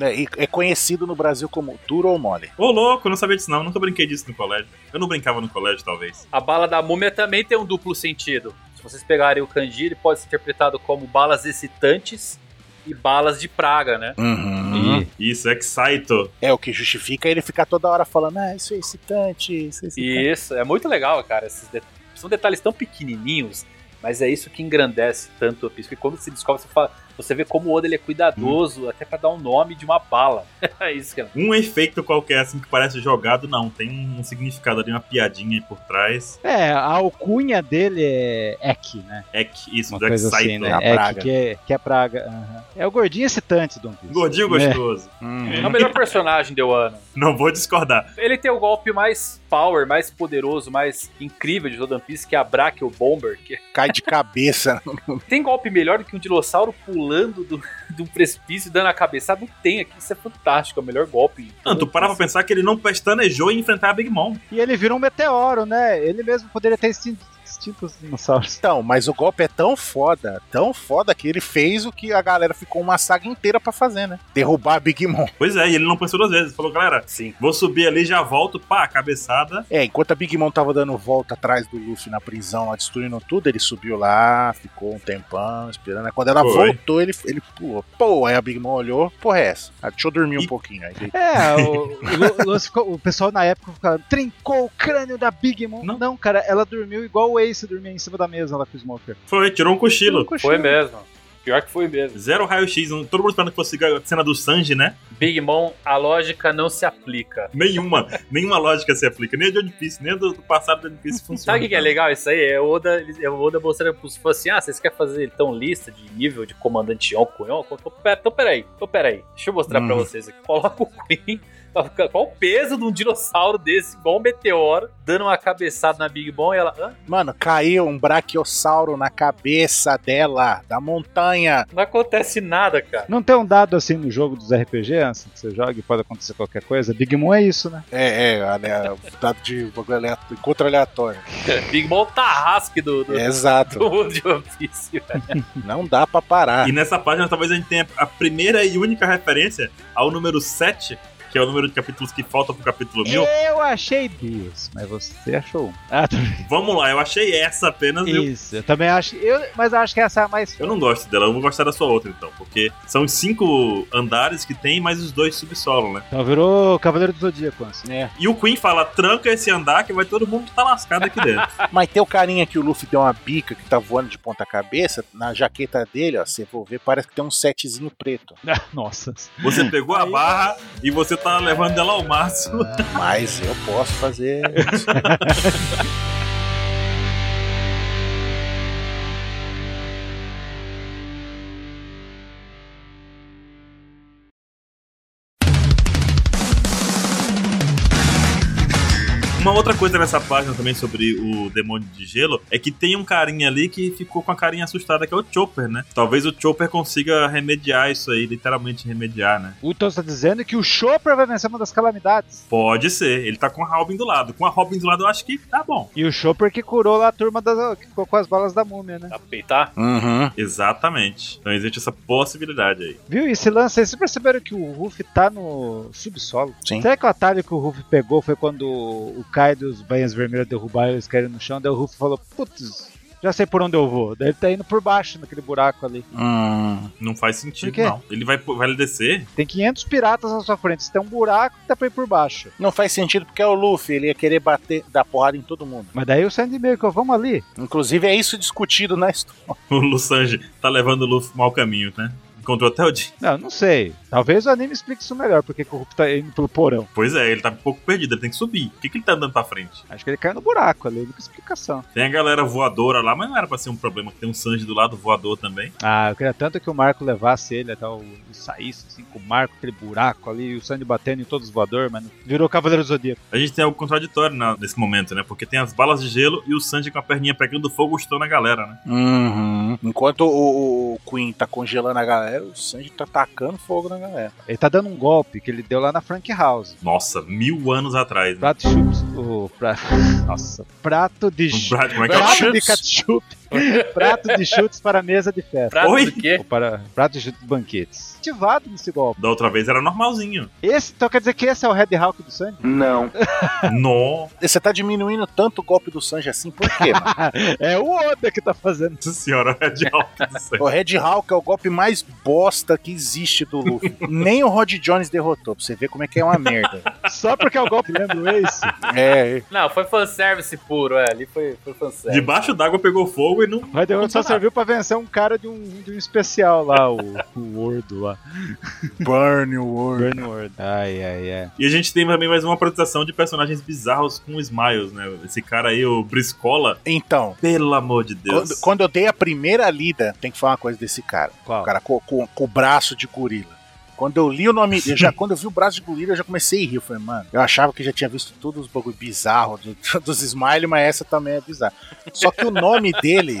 É, e é conhecido no Brasil como duro ou mole. Ô, louco, eu não sabia disso não. Nunca brinquei disso no colégio. Eu não brincava no colégio, talvez. A bala da múmia também tem um duplo sentido. Se vocês pegarem o kanji, ele pode ser interpretado como balas excitantes e balas de praga, né? Uhum. Isso, Excito. É o que justifica ele ficar toda hora falando, ah, isso é excitante, isso é excitante. Isso, é muito legal, cara. Esses de- São detalhes tão pequenininhos, mas é isso que engrandece tanto o Piece. Porque quando se descobre, você, fala... você vê como o Oda ele é cuidadoso até pra dar o nome de uma bala. é isso, cara. um efeito qualquer assim que parece jogado, não. Tem um significado ali, uma piadinha aí por trás. É, a alcunha dele é Ek, né? É que isso, Uma do coisa assim, Excite. né? a Ek, praga. que é, que é praga. aham. É o gordinho excitante, Dom Piso. Gordinho gostoso. É o melhor personagem de Wano. Não vou discordar. Ele tem o golpe mais power, mais poderoso, mais incrível de todo One Piece, que é a Braque, o Bomber. que- Cai de um cabeça. né? Tem golpe melhor do que um dinossauro pulando do, do precipício e dando a cabeçada. Não tem aqui, isso é fantástico, é o melhor golpe. Mano, tu parava pra pensar que ele não pestanejou em enfrentar a Big Mom. E ele virou um meteoro, né? Ele mesmo poderia ter extinto, extinto os dinossauros. Então, mas o golpe é tão foda, tão foda que ele fez o que a galera ficou uma saga inteira pra fazer, né? Derrubar a Big Mom. Pois é, e ele não pensou duas vezes. Falou, galera, Sim. vou subir ali, já volto, pá, cabeçada. É, enquanto a Big Mom tava dando volta atrás do Luffy na prisão, lá destruindo tudo, ele subiu lá, ficou um tempão esperando. Aí Quando ela Foi. voltou, ele, ele pulou. Pô, aí a Big Mom olhou, porra, é essa. Ah, deixa eu dormir um E- pouquinho. Aí, É, o, o Lu- o Lance ficou- o pessoal na época ficava, trincou o crânio da Big Mom. Não, Não. cara, ela dormiu igual o Ace dormia em cima da mesa lá com o Smoker. Foi, tirou um cochilo. Foi mesmo. Pior que foi mesmo. Zero raio-x, um- todo mundo esperando que fosse a cena do Sanji, né? Big Mom, a lógica não se aplica. Nenhuma, nenhuma lógica se aplica, nem a de One Piece, nem a do, do passado do One Piece funciona. Sabe o que, que é legal isso aí? É o Oda, ele- é o Oda mostrando pros fãs assim: ah, vocês querem fazer então lista de nível de comandante Yonko Yonko? Então, pera- Então peraí, então peraí. Deixa eu mostrar pra Hum. vocês aqui. Coloca o Queen. tá- Qual o peso de um dinossauro desse, igual um meteoro, dando uma cabeçada na Big Mom e ela. Hã? Mano, caiu um braquiosauro na cabeça dela, da montanha. Não acontece nada, cara. Não tem um dado assim no jogo dos RPG, assim, que você joga e pode acontecer qualquer coisa? Big Mom é isso, né? É, é, ale- dado de bagulho aleatório, encontro aleatório. Big Mom tarrasque do, do, É, exato. do mundo de One Piece. Não dá pra parar. E nessa página talvez a gente tenha a primeira e única referência ao número 7, que é o número de capítulos que falta pro capítulo 1000. Eu achei duas, mas você achou uma. Ah, tá. Vamos lá, eu achei essa apenas. Eu, Isso, eu também acho. Eu, mas eu acho que essa é a mais. eu não gosto dela, eu vou gostar da sua outra então, porque são cinco andares que tem, mais os dois subsolo, né? Então virou Cavaleiro do Zodíaco, assim. É. E o Queen fala: tranca esse andar que vai todo mundo tá lascado aqui dentro. Mas tem o carinha que o Luffy deu uma bica que tá voando de ponta cabeça, na jaqueta dele, ó, você for ver, parece que tem um setzinho preto. Nossa. Você pegou a barra e você tá levando ela ao máximo. Mas eu posso fazer. isso. Uma outra coisa nessa página também sobre o demônio de gelo é que tem um carinha ali que ficou com a carinha assustada, que é o Chopper, né? Talvez o Chopper consiga remediar isso aí, literalmente remediar, né? O Tom está dizendo que o Chopper vai vencer uma das calamidades. Pode ser, ele tá com a Robin do lado. Com a Robin do lado, eu acho que tá bom. E o Chopper que curou lá a turma das, que ficou com as balas da múmia, né? Dá pra peitar? Uhum. Exatamente. Então existe essa possibilidade aí. Viu? Esse lance aí, vocês perceberam que o Ruff tá no subsolo? Sim. Será que o atalho que o Ruff pegou foi quando o Kai dos Banhas Vermelhas derrubaram eles caíram no chão? Daí o Ruff falou, putz, já sei por onde eu vou. Daí ele tá indo por baixo, naquele buraco ali. Hum. Não faz Por sentido, quê? não. Ele vai, vai descer? Tem 500 piratas na sua frente, você tem um buraco que dá pra ir por baixo. Não faz sentido porque é o Luffy, ele ia querer bater, dar porrada em todo mundo. Mas daí o Sandy meio que, "Oh, vamos ali. Inclusive é isso discutido na história. O Lusange tá levando o Luffy pro mau caminho, né? Encontrou até o dia. Não, não sei. Talvez o anime explique isso melhor, porque que o Ruff tá indo pelo porão. Pois é, ele tá um pouco perdido, ele tem que subir. Por que, que ele tá andando pra frente? Acho que ele caiu no buraco ali, única explicação. Tem a galera voadora lá, mas não era pra ser um problema. Tem um Sanji do lado voador também. Ah, eu queria tanto que o Marco levasse ele até o e saísse, assim, com o Marco, aquele buraco ali, e o Sandy batendo em todos os voadores, mas não- virou Cavaleiro do Zodíaco. A gente tem algo contraditório na- nesse momento, né? Porque tem as balas de gelo e o Sanji com a perninha pegando fogo estou na galera, né? Uhum. Enquanto o, o- o Queen tá congelando a galera, o Sanji tá tacando fogo na galera. Ele tá dando um golpe que ele deu lá na Frank House. Nossa, mil anos atrás, né? Prato de chips. O pra... Nossa, prato de Um chi- Brad, como é que é? Prato de Chips? ketchup. prato de chutes para mesa de festa. Prato Oi? do quê? Ou para prato de chutes de banquetes. Ativado nesse golpe. Da outra vez era normalzinho. Esse, então quer dizer que esse é o Red Hawk do Sandy? Nossa Você tá diminuindo tanto o golpe do Sanji assim, por quê, mano? é o Oda que tá fazendo. senhora, Red Hawk do céu. O Red Hawk é o golpe mais bosta que existe do Luffy. Nem o Rod Jones derrotou, pra você ver como é que é uma merda. Só porque é o golpe, lembra o Ace? É, Não, foi fanservice puro, é. Ali foi, foi fanservice. Debaixo d'água pegou fogo e não. Mas The Ordo só Funcionava. serviu pra vencer um cara de um, de um especial lá, o, o Ordo lá. Burn World. Burn Ordo. Ai, ai, ai. E a gente tem também mais uma apresentação de personagens bizarros com smiles, né? Esse cara aí, o Briscola, Então, pelo amor de Deus. quando, quando eu dei a primeira lida, tem que falar uma coisa desse cara. Qual? Ah. O cara com, com- com o braço de gorila. Quando eu li o nome, eu já, quando eu vi o braço de gorila, eu já comecei a rir. Eu falei, mano, eu achava que já tinha visto todos os bagulho bizarros do- dos Smiley, mas essa também é bizarra. Só que o nome dele,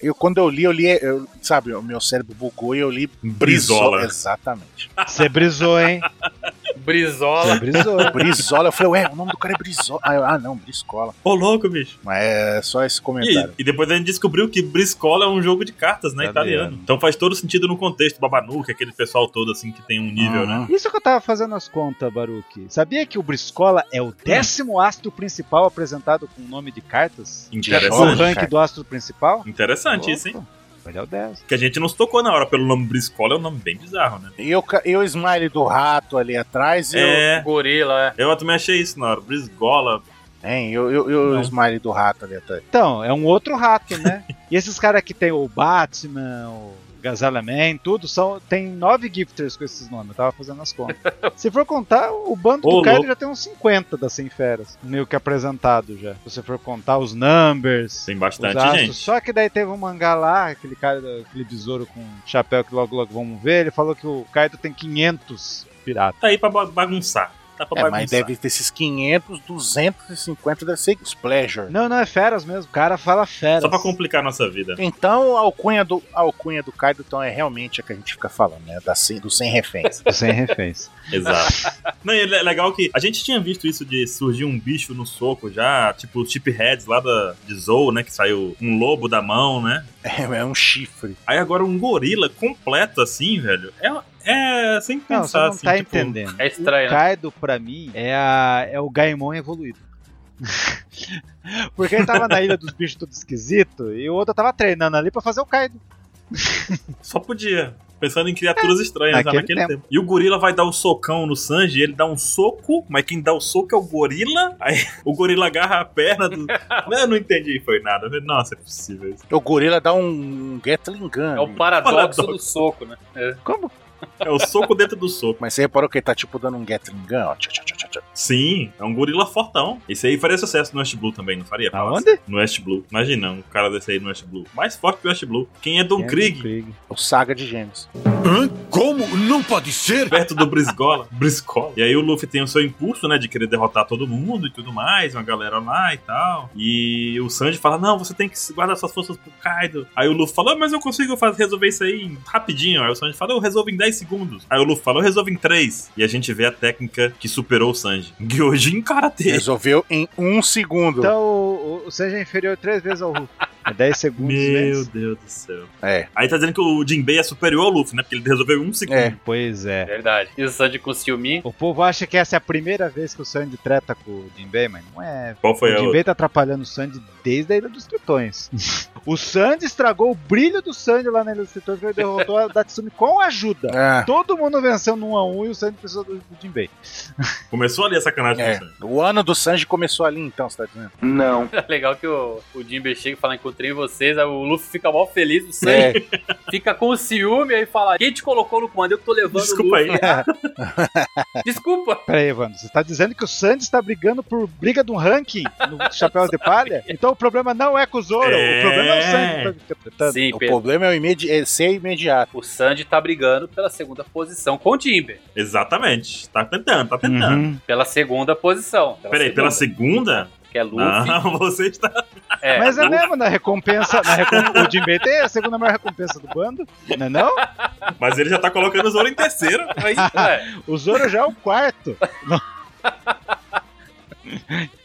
eu, quando eu li, eu li, eu- sabe, o meu cérebro bugou e eu li Brizola. Exatamente. Você brisou, hein? Você Brizola. brisou. Brizola, eu falei, ué, o nome do cara é Brizola. Ah, eu- ah, não, Briscola. Ô, louco, bicho. Mas é só esse E, comentário. Tá e depois a gente descobriu que Briscola é um jogo de cartas, né? Italiano. Italiano. Então faz todo sentido no contexto. Babanuque, aquele pessoal todo assim que tem um nível, Ah, né? Isso que eu tava fazendo as contas, Baruque. Sabia que o Briscola é o décimo astro principal apresentado com o nome de cartas? Olha, O Interessante. jogo. ranking cara. do astro principal? Interessante isso, hein? Opa, Ele é o 10. Que a gente não se tocou na hora pelo nome Briscola, é um nome bem bizarro, né? E, eu, ca- e o smile do rato ali atrás, eu, É. Gorila, é. Eu também achei isso na hora. Brisgola. hein, eu, eu, eu- o Não. smile do rato ali atrás. Então, é um outro rato, né? e esses caras que tem o Batman, o Gazala Man, tudo, são, tem nove gifters com esses nomes. Eu tava fazendo as contas. Se for contar, o bando Ô, do card louco. já tem uns 50 das 100 feras. Meio que apresentado já. Se você for contar os numbers. Tem os bastante astros. gente. Só que daí teve um mangá lá, aquele cara, da- aquele besouro com chapéu que logo logo vamos ver, ele falou que o Kaido tem 500 piratas. Tá aí pra ba- bagunçar. Tá pra É, bagunçar. mas deve ter esses 500, 250 deve ser os pleasure. Não, não, é feras mesmo, o cara fala feras. Só pra complicar a nossa vida. Então a alcunha do, a alcunha do Kaido então, é realmente a que a gente fica falando, né? Da, sem- do sem reféns. Sem reféns. Exato. Não, e é legal que a gente tinha visto isso de surgir um bicho no soco já, tipo os Chip Heads lá da, de Zou, né? Que saiu um lobo da mão, né? É, é um chifre. Aí agora um gorila completo assim, velho. É, é sem pensar Não, você não assim. tá tipo, entendendo. É estranho, O né? Kaido, pra mim, é, a- é o Gaimon evoluído. Porque ele tava na ilha dos bichos tudo esquisito e o outro tava treinando ali pra fazer o Kaido. Só podia. Pensando em criaturas estranhas É, naquele naquele, naquele tempo. E o gorila vai dar o socão no Sanji, ele dá um soco, mas quem dá o soco é o gorila. Aí o gorila agarra a perna do. não, eu não entendi, foi nada. Nossa, é possível isso. O gorila dá um Gatling Gun. É o né? paradoxo Paradoxo. do soco, né? É. Como? É o soco dentro do soco. Mas você reparou que ele tá tipo dando um Gatling Gun, ó. Tchá, tchá, tchá, tchá, tchá. Sim, é um gorila fortão. Esse aí faria sucesso no West Blue também, não faria? Fala Aonde? assim. No West Blue. Imagina, um cara desse aí no West Blue. Mais forte que o West Blue. Quem é Don Krieg, O Saga de Gêmeos. Como? Não pode ser? perto do Briscola. Briscola. E aí o Luffy tem o seu impulso, né, de querer derrotar todo mundo e tudo mais, uma galera lá e tal. E o Sanji fala, não, você tem que guardar suas forças pro Kaido. Aí o Luffy fala, "Ah, mas eu consigo faz- resolver isso aí em- rapidinho. Aí o Sanji fala, eu resolvo em 10 segundos. Aí o Luffy fala, eu resolvo em 3. E a gente vê a técnica que superou o Sanji. Gyojin É, Karate. Resolveu em um segundo. Então o, o Sanji é inferior três vezes ao Hulk. É 10 segundos Meu menos. Deus do céu. É. Aí tá dizendo que o Jinbei é superior ao Luffy, né? Porque ele resolveu em um segundo. É. Pois é. Verdade. E o Sanji com ciúminho. O povo acha que essa é a primeira vez que o Sandy treta com o Jinbei, mas não é. Qual foi o a Jinbei tá atrapalhando o Sandy desde a Ilha dos Tritões. o Sandy estragou o brilho do Sandy lá na Ilha dos Tritões, que ele derrotou a Datsumi com ajuda. Ah, Todo mundo venceu no 1 a 1 e o Sandy precisou do, do Jinbei. Começou ali a sacanagem é. com o Sanji. O ano do Sanji começou ali então, você tá dizendo? é Legal que o, o Jinbe chega e fala, encontrei vocês, aí o Luffy fica mal feliz, o Sanji É. fica com ciúme aí fala, quem te colocou no comando? Eu que tô levando Desculpa o aí. Luffy. Desculpa. Pera aí, Evandro, você tá dizendo que o Sandy está brigando por briga de um ranking no Chapéu de Palha? Então o problema não é com o Zoro, É. o problema é o Sandy que tá interpretando. Sim, O Pedro. problema é, o imedi é ser imediato. O Sanji tá brigando pela segunda posição com o Jinbe. Exatamente. Tá tentando, tá tentando. Uhum. Pela segunda posição. Pela Peraí, pela Ah. segunda, segunda? Que é Luffy. Não, você está. É, Mas é Luffy. mesmo, na recompensa, na recom... o Jinbei tem a segunda maior recompensa do bando, não é não? Mas ele já tá colocando o Zoro em terceiro. Aí... É, O Zoro já é o quarto.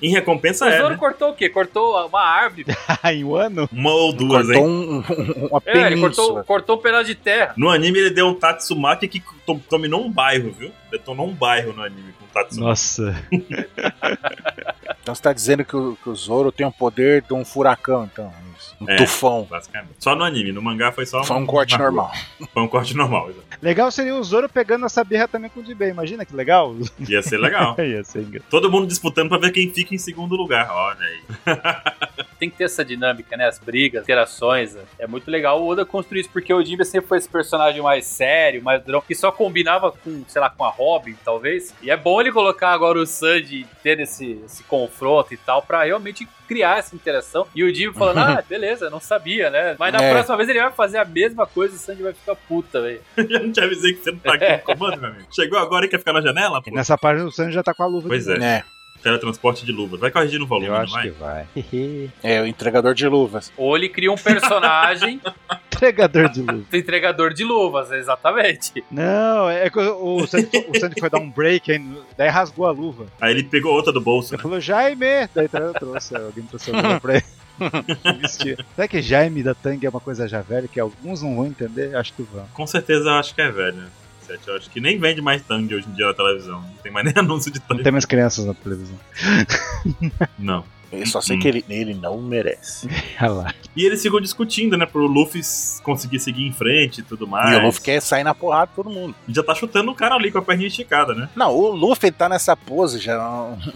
Em recompensa o é. Zoro né? cortou o quê? Cortou uma árvore. Ah, em um ano? Uma ou duas, Cortou hein? um, um- uma É, ele cortou, península. cortou um pedaço de terra. No anime ele deu um Tatsumaki que to- dominou um bairro, viu? Detonou um bairro no anime com o Tatsumaki. Nossa. Então você tá dizendo que o, que o Zoro tem o poder de um furacão, então. isso. Um É. tufão. Basicamente. Só no anime, no mangá foi só um, Foi um corte uma- normal. Foi um corte normal, exato. Legal seria o Zoro pegando essa birra também com o Jinbei, imagina que legal. Ia ser legal. Ia ser engraçado. Todo mundo disputando pra ver quem fica em segundo lugar. Olha aí. Tem que ter essa dinâmica, né? As brigas, interações. É muito legal o Oda construir isso, porque o Jinbe sempre foi esse personagem mais sério, mais durão, que só combinava com, sei lá, com a Robin, talvez. E é bom ele colocar agora o Sanji tendo esse, esse confronto e tal, pra realmente criar essa interação. E o Jinbe falando, ah, beleza, não sabia, né? Mas na É. próxima vez ele vai fazer a mesma coisa e o Sanji vai ficar puta, velho. Eu não te avisei que você não tá aqui no comando, meu amigo. Chegou agora e quer ficar na janela? Pô. E nessa página o Sanji já tá com a luva. Pois de novo. é. É. Teletransporte de luvas. Vai corrigindo o volume, Eu não acho vai? que vai. É, o entregador de luvas. Ou ele cria um personagem Entregador de luz. do entregador de luvas, exatamente. Não, é que o o Sandy, foi- o Sandy foi dar um break, aí, daí rasgou a luva. Aí ele pegou outra do bolso, Ele né? falou, Jaime! Daí eu trouxe, alguém trouxe a luva pra ele. vestir. Será que Jaime da Tang é uma coisa já velha que alguns não vão entender? Acho que vão. Com certeza eu acho que é velho. Sete, Eu acho que nem vende mais Tang hoje em dia na televisão. Não tem mais nem anúncio de Não Tang. tem mais crianças na televisão. Não. Eu só sei Hum. que ele, ele não merece. Olha lá. E eles ficam discutindo, né? Pro Luffy s- conseguir seguir em frente e tudo mais. E o Luffy quer sair na porrada de todo mundo. Já tá chutando o cara ali com a perninha esticada, né? Não, o Luffy tá nessa pose já,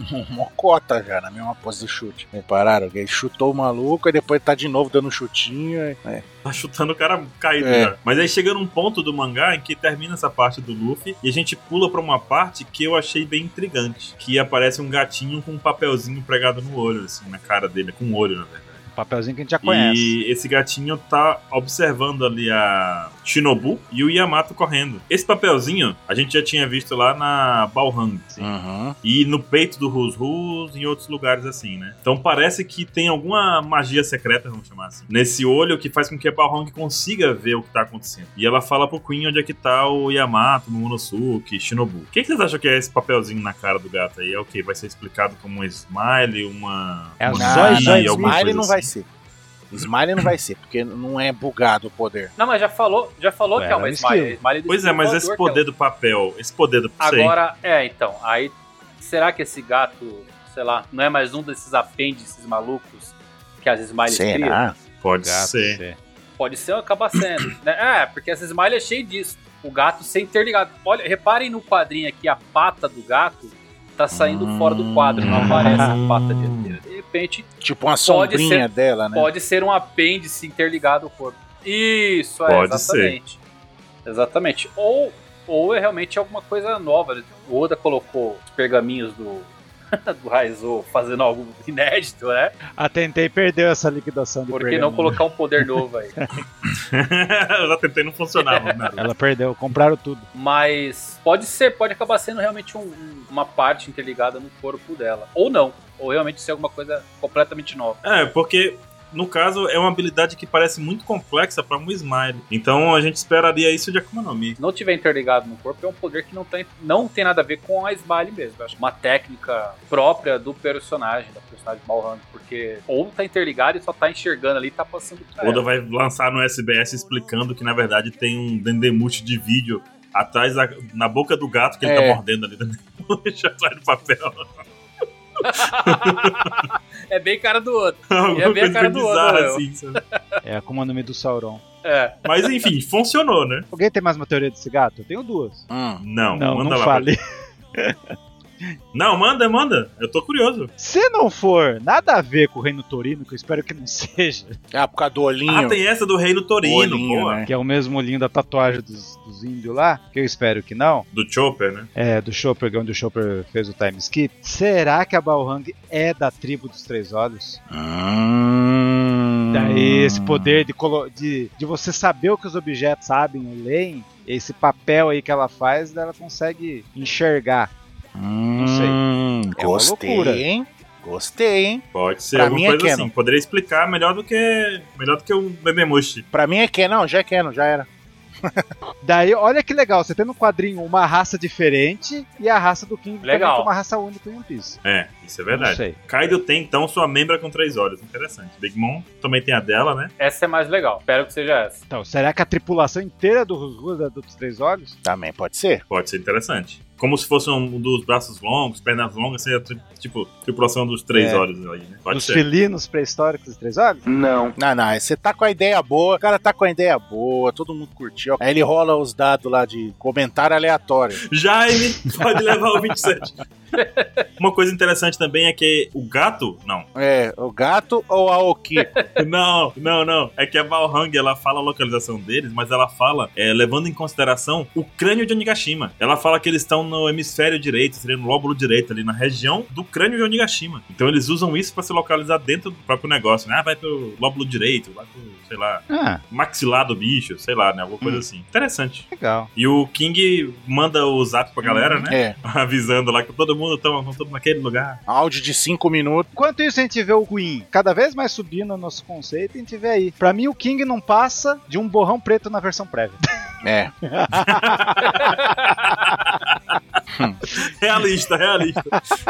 mocota já, na mesma pose do chute. Repararam? Ele chutou o maluco e depois tá de novo dando um chutinho. É. Tá chutando o cara caído É. já. Mas aí chega num ponto do mangá em que termina essa parte do Luffy e a gente pula pra uma parte que eu achei bem intrigante. Que aparece um gatinho com um papelzinho pregado no olho, assim, na cara dele. Com o olho, na verdade. Um papelzinho que a gente já conhece. E esse gatinho tá observando ali a Shinobu e o Yamato correndo. Esse papelzinho a gente já tinha visto lá na Balhang. Uhum. E no peito do Rus Rus, em outros lugares assim, né? Então parece que tem alguma magia secreta, vamos chamar assim, nesse olho que faz com que a Balhang consiga ver o que tá acontecendo. E ela fala pro Queen onde é que tá o Yamato, Momonosuke, Shinobu. O que, que vocês acham que é esse papelzinho na cara do gato aí? É o que? Vai ser explicado como um smile, uma. É uma Não, só mania, Ah, não, joia, alguma Smiley coisa não assim? vai ser. Smiley não vai ser, porque não é bugado o poder. Não, mas já falou, já falou Ué, que é uma era um smile. skill. smile do Pois é, mas voador, esse que é o- poder do papel, esse poder do sei. Agora, é, então, aí será que esse gato, sei lá, não é mais um desses apêndices malucos que as smiles criam? Será? pode Gato, ser. você. Pode ser, acaba sendo. né? É, porque essa smile é cheia disso. O gato sem ter ligado. Olha, reparem no quadrinho aqui, a pata do gato tá saindo Hum. fora do quadro, não aparece a pata dianteira. De repente, Tipo uma Pode sombrinha dela, né? pode ser um apêndice interligado ao corpo. Isso, é, Pode exatamente. Exatamente. Ou, ou é realmente alguma coisa nova. O Oda colocou os pergaminhos do, do Raizou fazendo algo inédito, né? A Tentei perdeu essa liquidação de Por que pergaminho. não colocar um poder novo aí? Eu já tentei não funcionar, Ronaldo. Ela perdeu, compraram tudo. Mas pode ser, pode acabar sendo realmente um- um- uma parte interligada no corpo dela. Ou não. Ou realmente ser alguma coisa completamente nova. É, porque no caso é uma habilidade que parece muito complexa pra um smile. Então a gente esperaria isso de Akuma no Mi. Se não tiver interligado no corpo, é um poder que não tem, não tem nada a ver com a Smile mesmo. Eu acho uma técnica própria do personagem, da personagem Malhan. Porque ou tá interligado e só tá enxergando ali e tá passando pra Oda ela. vai lançar no SBS explicando que na verdade tem um dendemuche de vídeo atrás da- na boca do gato que ele É. tá mordendo ali dendemuche atrás do papel. É bem cara do outro. Alguma bem a cara do Oda, bizarra meu. assim. sabe? É a Akuma no Mi do Sauron. É. Mas enfim, funcionou, né? Alguém tem mais uma teoria desse gato? Eu tenho duas. Hum. Não, não, manda não lá. fale. Não, manda, manda. Eu tô curioso. Se não for nada a ver com o Reino Torino, que eu espero que não seja, Ah, por causa do olhinho. Ah, tem essa do Reino Torino, Olhinho, boa. né? que é o mesmo olhinho da tatuagem dos, dos índios lá, que eu espero que não, Do Chopper, né? é do Chopper, onde o Chopper fez o time skip, será que a Balhang é da tribo dos Três Olhos? Hum. Daí Tá, esse poder de, colo- de, de você saber o que os objetos sabem e leem, esse papel aí que ela faz, ela consegue enxergar. Hum, É uma Gostei, loucura. hein? Gostei, hein? Pode ser Pra mim alguma é coisa canon. assim. Poderia explicar melhor do que melhor do que o Bebemushi. Pra mim é Canon, já é Canon, já era. Daí, olha que legal, você tem no quadrinho uma raça diferente e a raça do King também, que Legal. é uma raça única em One Piece. É, isso é Não verdade. sei. Kaido tem então sua membra com três olhos. Interessante. Big Mom também tem a dela, né? Essa é mais legal. Espero que seja essa. Então, será que a tripulação inteira do Rusgus é dos Três Olhos? Também pode ser. Pode ser interessante. Como se fosse um dos braços longos, pernas longas, seria tri- tipo tripulação dos três É. olhos aí, né? Pode dos ser. felinos pré-históricos dos Três Olhos? Não, não, você tá com a ideia boa, o cara tá com a ideia boa, todo mundo curtiu. Aí ele rola os dados lá de comentário aleatório. Jaime pode levar o 27. Uma coisa interessante também é que o gato. Não. É, o gato ou a Oki? Não, não, não. É que a Valhang, ela fala a localização deles, mas ela fala é, levando em consideração o crânio de Onigashima. Ela fala que eles estão estão no hemisfério direito, seria no lóbulo direito, ali na região do crânio de Onigashima. Então eles usam isso pra se localizar dentro do próprio negócio, né? Ah, vai pro lóbulo direito, vai pro, sei lá, Ah, maxilar do bicho, sei lá, né? Alguma coisa assim. Interessante. legal. E o King manda o zap pra galera, né? É, Avisando lá que todo mundo tá todo naquele lugar. áudio de 5 minutos. Enquanto isso, a gente vê o ruim cada vez mais subindo o nosso conceito, a gente vê aí. Pra mim, o King não passa de um borrão preto na versão prévia. É. Realista, realista.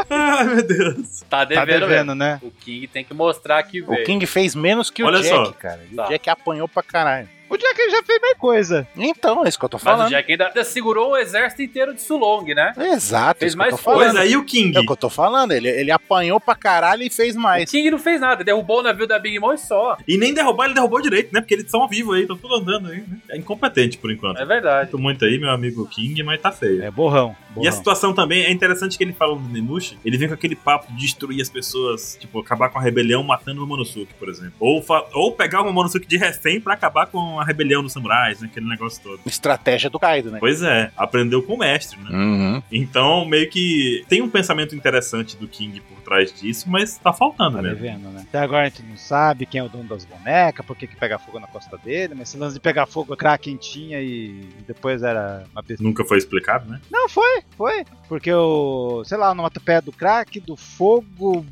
Ai, meu Deus. Tá Tá devendo, velho. devendo, né? O King tem que mostrar que O veio. King fez menos que o Olha Jack, só. cara. E Tá. O Jack apanhou pra caralho. O Jack já fez meia coisa. Então, é isso que eu tô Mas o falando. Jack ainda, ainda segurou o exército inteiro de Sulong, né? Exato, é Fez isso mais que eu tô Pois falando. aí, o King. É o que eu tô falando. Ele, ele apanhou pra caralho e fez O mais. King não fez nada, derrubou o navio da Big Mom e só. E nem derrubar, ele derrubou direito, né? Porque eles estão ao vivo aí, estão tudo andando aí. né? É incompetente por enquanto. É verdade. Sinto muito aí, meu amigo King, mas tá feio. É borrão. E a situação também é interessante que ele fala do Nenushi. Ele vem com aquele papo de destruir as pessoas, tipo, acabar com a rebelião matando o Momonosuke, por exemplo. Ou, fa- ou pegar o Momonosuke de refém pra acabar com a rebelião dos samurais, né? aquele negócio todo. Estratégia do Kaido, né? Pois é, aprendeu com o mestre, né? Uhum. Então, meio que tem um pensamento interessante do King por trás disso, mas tá faltando Tá mesmo. devendo, né? Até agora a gente não sabe quem é o dono das bonecas, por que, que pega fogo na costa dele, mas esse lance de pegar fogo, Kraken tinha e depois era uma besteira. Nunca foi explicado, né? Não, foi, foi. Porque o, sei lá, no pé do crack, do fogo,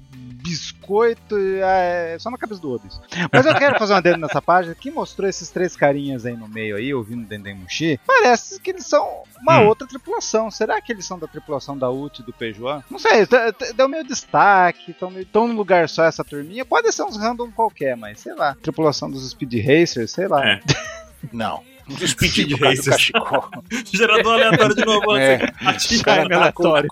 biscoito, é só na cabeça do Oda isso. Mas eu quero fazer uma dedo nessa página que mostrou esses três carinhas aí no meio aí, ouvindo Dendem Mushi. Parece que eles são uma Hum. outra tripulação. Será que eles são da tripulação da UT do Peugeot? Não sei, tá- tá- deu meio destaque, estão meio, tão num lugar só essa turminha. Pode ser uns random qualquer, mas sei lá. Tripulação dos Speed Racers, sei lá. É. Não. Speed Pedido por causa do Racers. cachecol. Gerador aleatório de novo. É. assim. O cara, tá com- aleatório.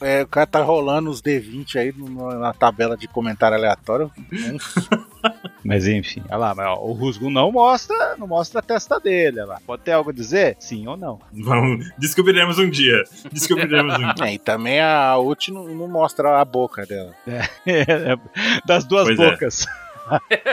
é, o cara tá rolando os D20 aí no- na tabela de comentário aleatório. Um Mas enfim, olha lá, mas, ó, o Rusgo não mostra, não mostra a testa dele, olha lá. Pode ter algo a dizer? Sim ou não. Vamos, descobriremos um dia. Descobriremos um dia. É, e também a Ult não, não mostra a boca dela. É, das duas Pois é. bocas.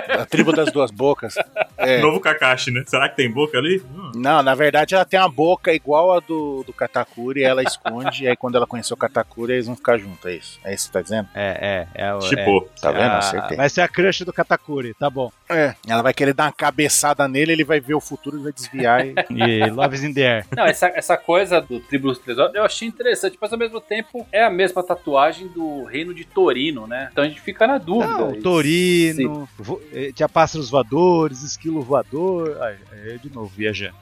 A tribo das duas bocas. É. Novo Kakashi, né? Será que tem boca ali? Hum. Não, na verdade ela tem uma boca igual a do, do Katakuri, ela esconde, e aí quando ela conheceu o Katakuri, eles vão ficar juntos, é isso? É isso que você tá dizendo? É, é, é. o- é. Tipo, Tá vendo? Ah, Acertei. Vai ser a crush do Katakuri, tá bom. É. Ela vai querer dar uma cabeçada nele, ele vai ver o futuro e vai desviar. E... E Loves in the Air. Não, essa, essa coisa do Tribo dos Três Olhos eu achei interessante, mas ao mesmo tempo é a mesma tatuagem do Reino de Torino, né? Então a gente fica na dúvida. Não, E- Sim. Torino, vo- eh, tinha pássaros voadores, esquilo voador. Ai, eu de novo viajando.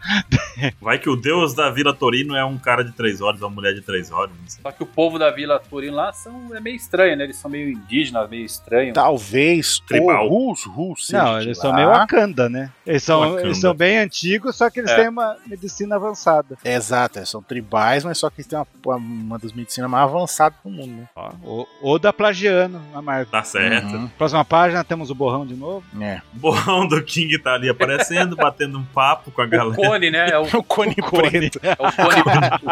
vai que o deus da Vila Torino é um cara de três olhos, uma mulher de três olhos. Não sei. Só que o povo da Vila Torino lá são, é meio estranho, né? Eles são meio indígenas, meio estranho. Tá, Talvez Tribal. o Rus, Rus, seja Não, de eles lá. são meio Wakanda, né? Eles são, Wakanda. eles são bem antigos, só que eles É. têm uma medicina avançada. Exato, eles são tribais, mas só que eles têm uma, uma das medicinas mais avançadas do mundo, né? Ou, ou da plagiano na Marvel. Tá certo. Uhum. Próxima página, temos o borrão de novo. É. O borrão do King tá ali aparecendo, batendo um papo com a O galera. cone, né? É o, é O cone preto. o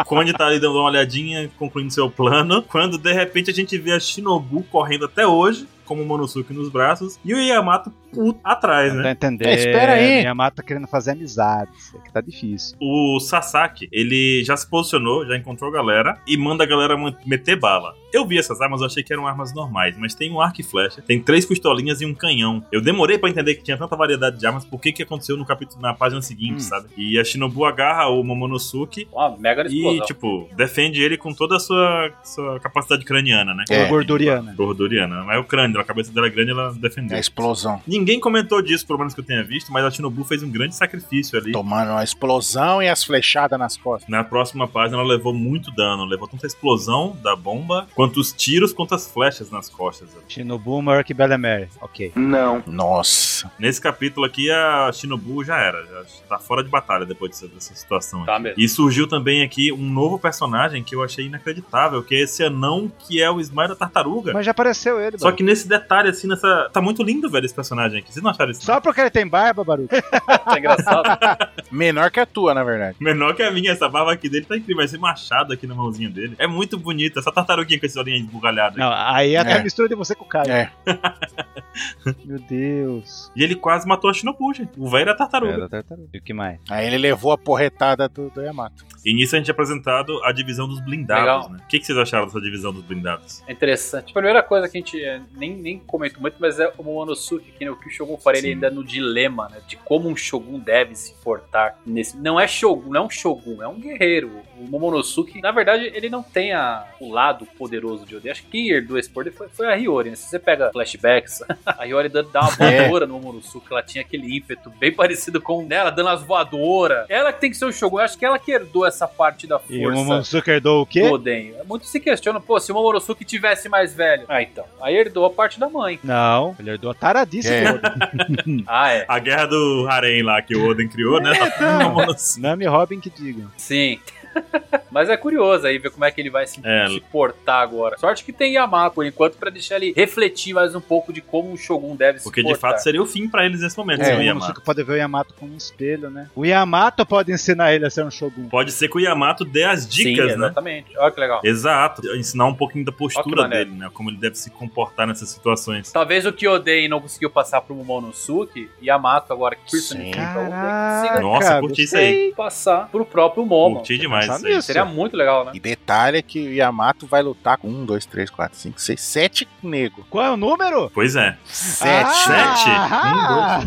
cone. O Conde tá ali dando uma olhadinha, concluindo seu plano. Quando de repente a gente vê a Shinobu correndo até hoje, como o Monosuke nos braços, e o Yamato puto atrás, Não né? tá entendendo. É, espera aí. Minha mata tá querendo fazer amizades. É que tá difícil. o Sasaki, ele já se posicionou, já encontrou a galera e manda a galera man- meter bala. Eu vi essas armas, eu achei que eram armas normais, mas tem um arco e flecha, tem três pistolinhas e um canhão. Eu demorei pra entender que tinha tanta variedade de armas, por que que aconteceu no capítulo na página seguinte, Hum. sabe? E a Shinobu agarra o Momonosuke Uma mega e, explosão. tipo, defende ele com toda a sua, sua capacidade craniana, né? É. Gorduriana. Gorduriana. Mas é o crânio, a cabeça dela é grande, ela defendeu. A explosão. Ninguém comentou disso, pelo menos que eu tenha visto, mas a Shinobu fez um grande sacrifício ali. Tomando uma explosão e as flechadas nas costas. Na próxima página, ela levou muito dano. Levou tanto a explosão da bomba, quanto os tiros, quanto as flechas nas costas. Shinobu, maior que Bela Mary. Ok. Nossa. Nesse capítulo aqui, a Shinobu já era. Já tá fora de batalha depois dessa, dessa situação. aqui. Tá mesmo. E surgiu também aqui um novo personagem que eu achei inacreditável, que é esse anão que é o Smile da Tartaruga. Mas já apareceu ele, Só mano. que nesse esse detalhe, assim, nessa. Tá muito lindo, velho, esse personagem aqui. Vocês não acharam isso? não? Só porque ele tem barba, Baruto. Tá engraçado. Menor que a tua, na verdade. Menor que a minha, essa barba aqui dele tá incrível. Esse machado aqui na mãozinha dele. É muito bonito. Essa tartaruguinha com esse olhinho esbugalhado. Não, aí até É. mistura de você com o Caio. É. Meu Deus. E ele quase matou a Shinobuja. O velho da tartaruga. É, da tartaruga. E o que mais? Aí ele levou a porretada do, do Yamato. E nisso a gente é apresentado a divisão dos blindados, Legal. né? O que, que vocês acharam dessa divisão dos blindados? É interessante. A primeira coisa que a gente eh, nem, nem comentou muito, mas é o Momonosuke, que, né, o que o Shogun faria, ele Sim. ainda no dilema, né? De como um Shogun deve se portar nesse. Não é Shogun, não é um Shogun, é um guerreiro. O Momonosuke, na verdade, ele não tem a, o lado poderoso de Oden. Acho que quem herdou esse poder foi, foi a Hiyori, né? Se você pega flashbacks, a Hiyori dá dá uma É. voadora no Momonosuke, ela tinha aquele ímpeto bem parecido com dela, dando as voadoras. Ela que tem que ser o Shogun, eu acho que ela que herdou essa parte da força né? E o Momonosuke herdou o quê? do Oden. Muitos É se questionam, pô, se o Momonosuke tivesse mais velho. Ah, então. Aí herdou a parte da mãe. Não, ele herdou a taradice É. do Oden. Hum. Ah, é. A guerra do Harem lá que o Oden criou, né? Não, Nami e Robin que digam. Sim. Mas é curioso aí ver como é que ele vai se, É. se portar agora. Sorte que tem Yamato por enquanto pra deixar ele refletir mais um pouco de como o Shogun deve se Porque de portar. fato seria o fim pra eles nesse momento, É, se o não ia matar. Momonosuke pode ver o Yamato como um espelho, né? O Yamato pode ensinar ele a ser um Shogun. Pode ser que o Yamato dê as dicas, Sim, né? exatamente. Olha que legal. Exato. Ensinar um pouquinho da Ó que postura maneiro. Tá dele, né? Como ele deve se comportar nessas situações. Talvez o Kyoden não conseguiu passar pro Momonosuke, Yamato agora que personifica o Oden, consiga Nossa, curti isso aí. passar pro próprio Momo. Curti demais pensar isso aí. nisso. Seria muito legal, né? E detalhe é que o Yamato vai lutar com um, dois, três, quatro, cinco, seis, sete nego. Qual é o número? Pois é. Sete. né? Sete? Ah,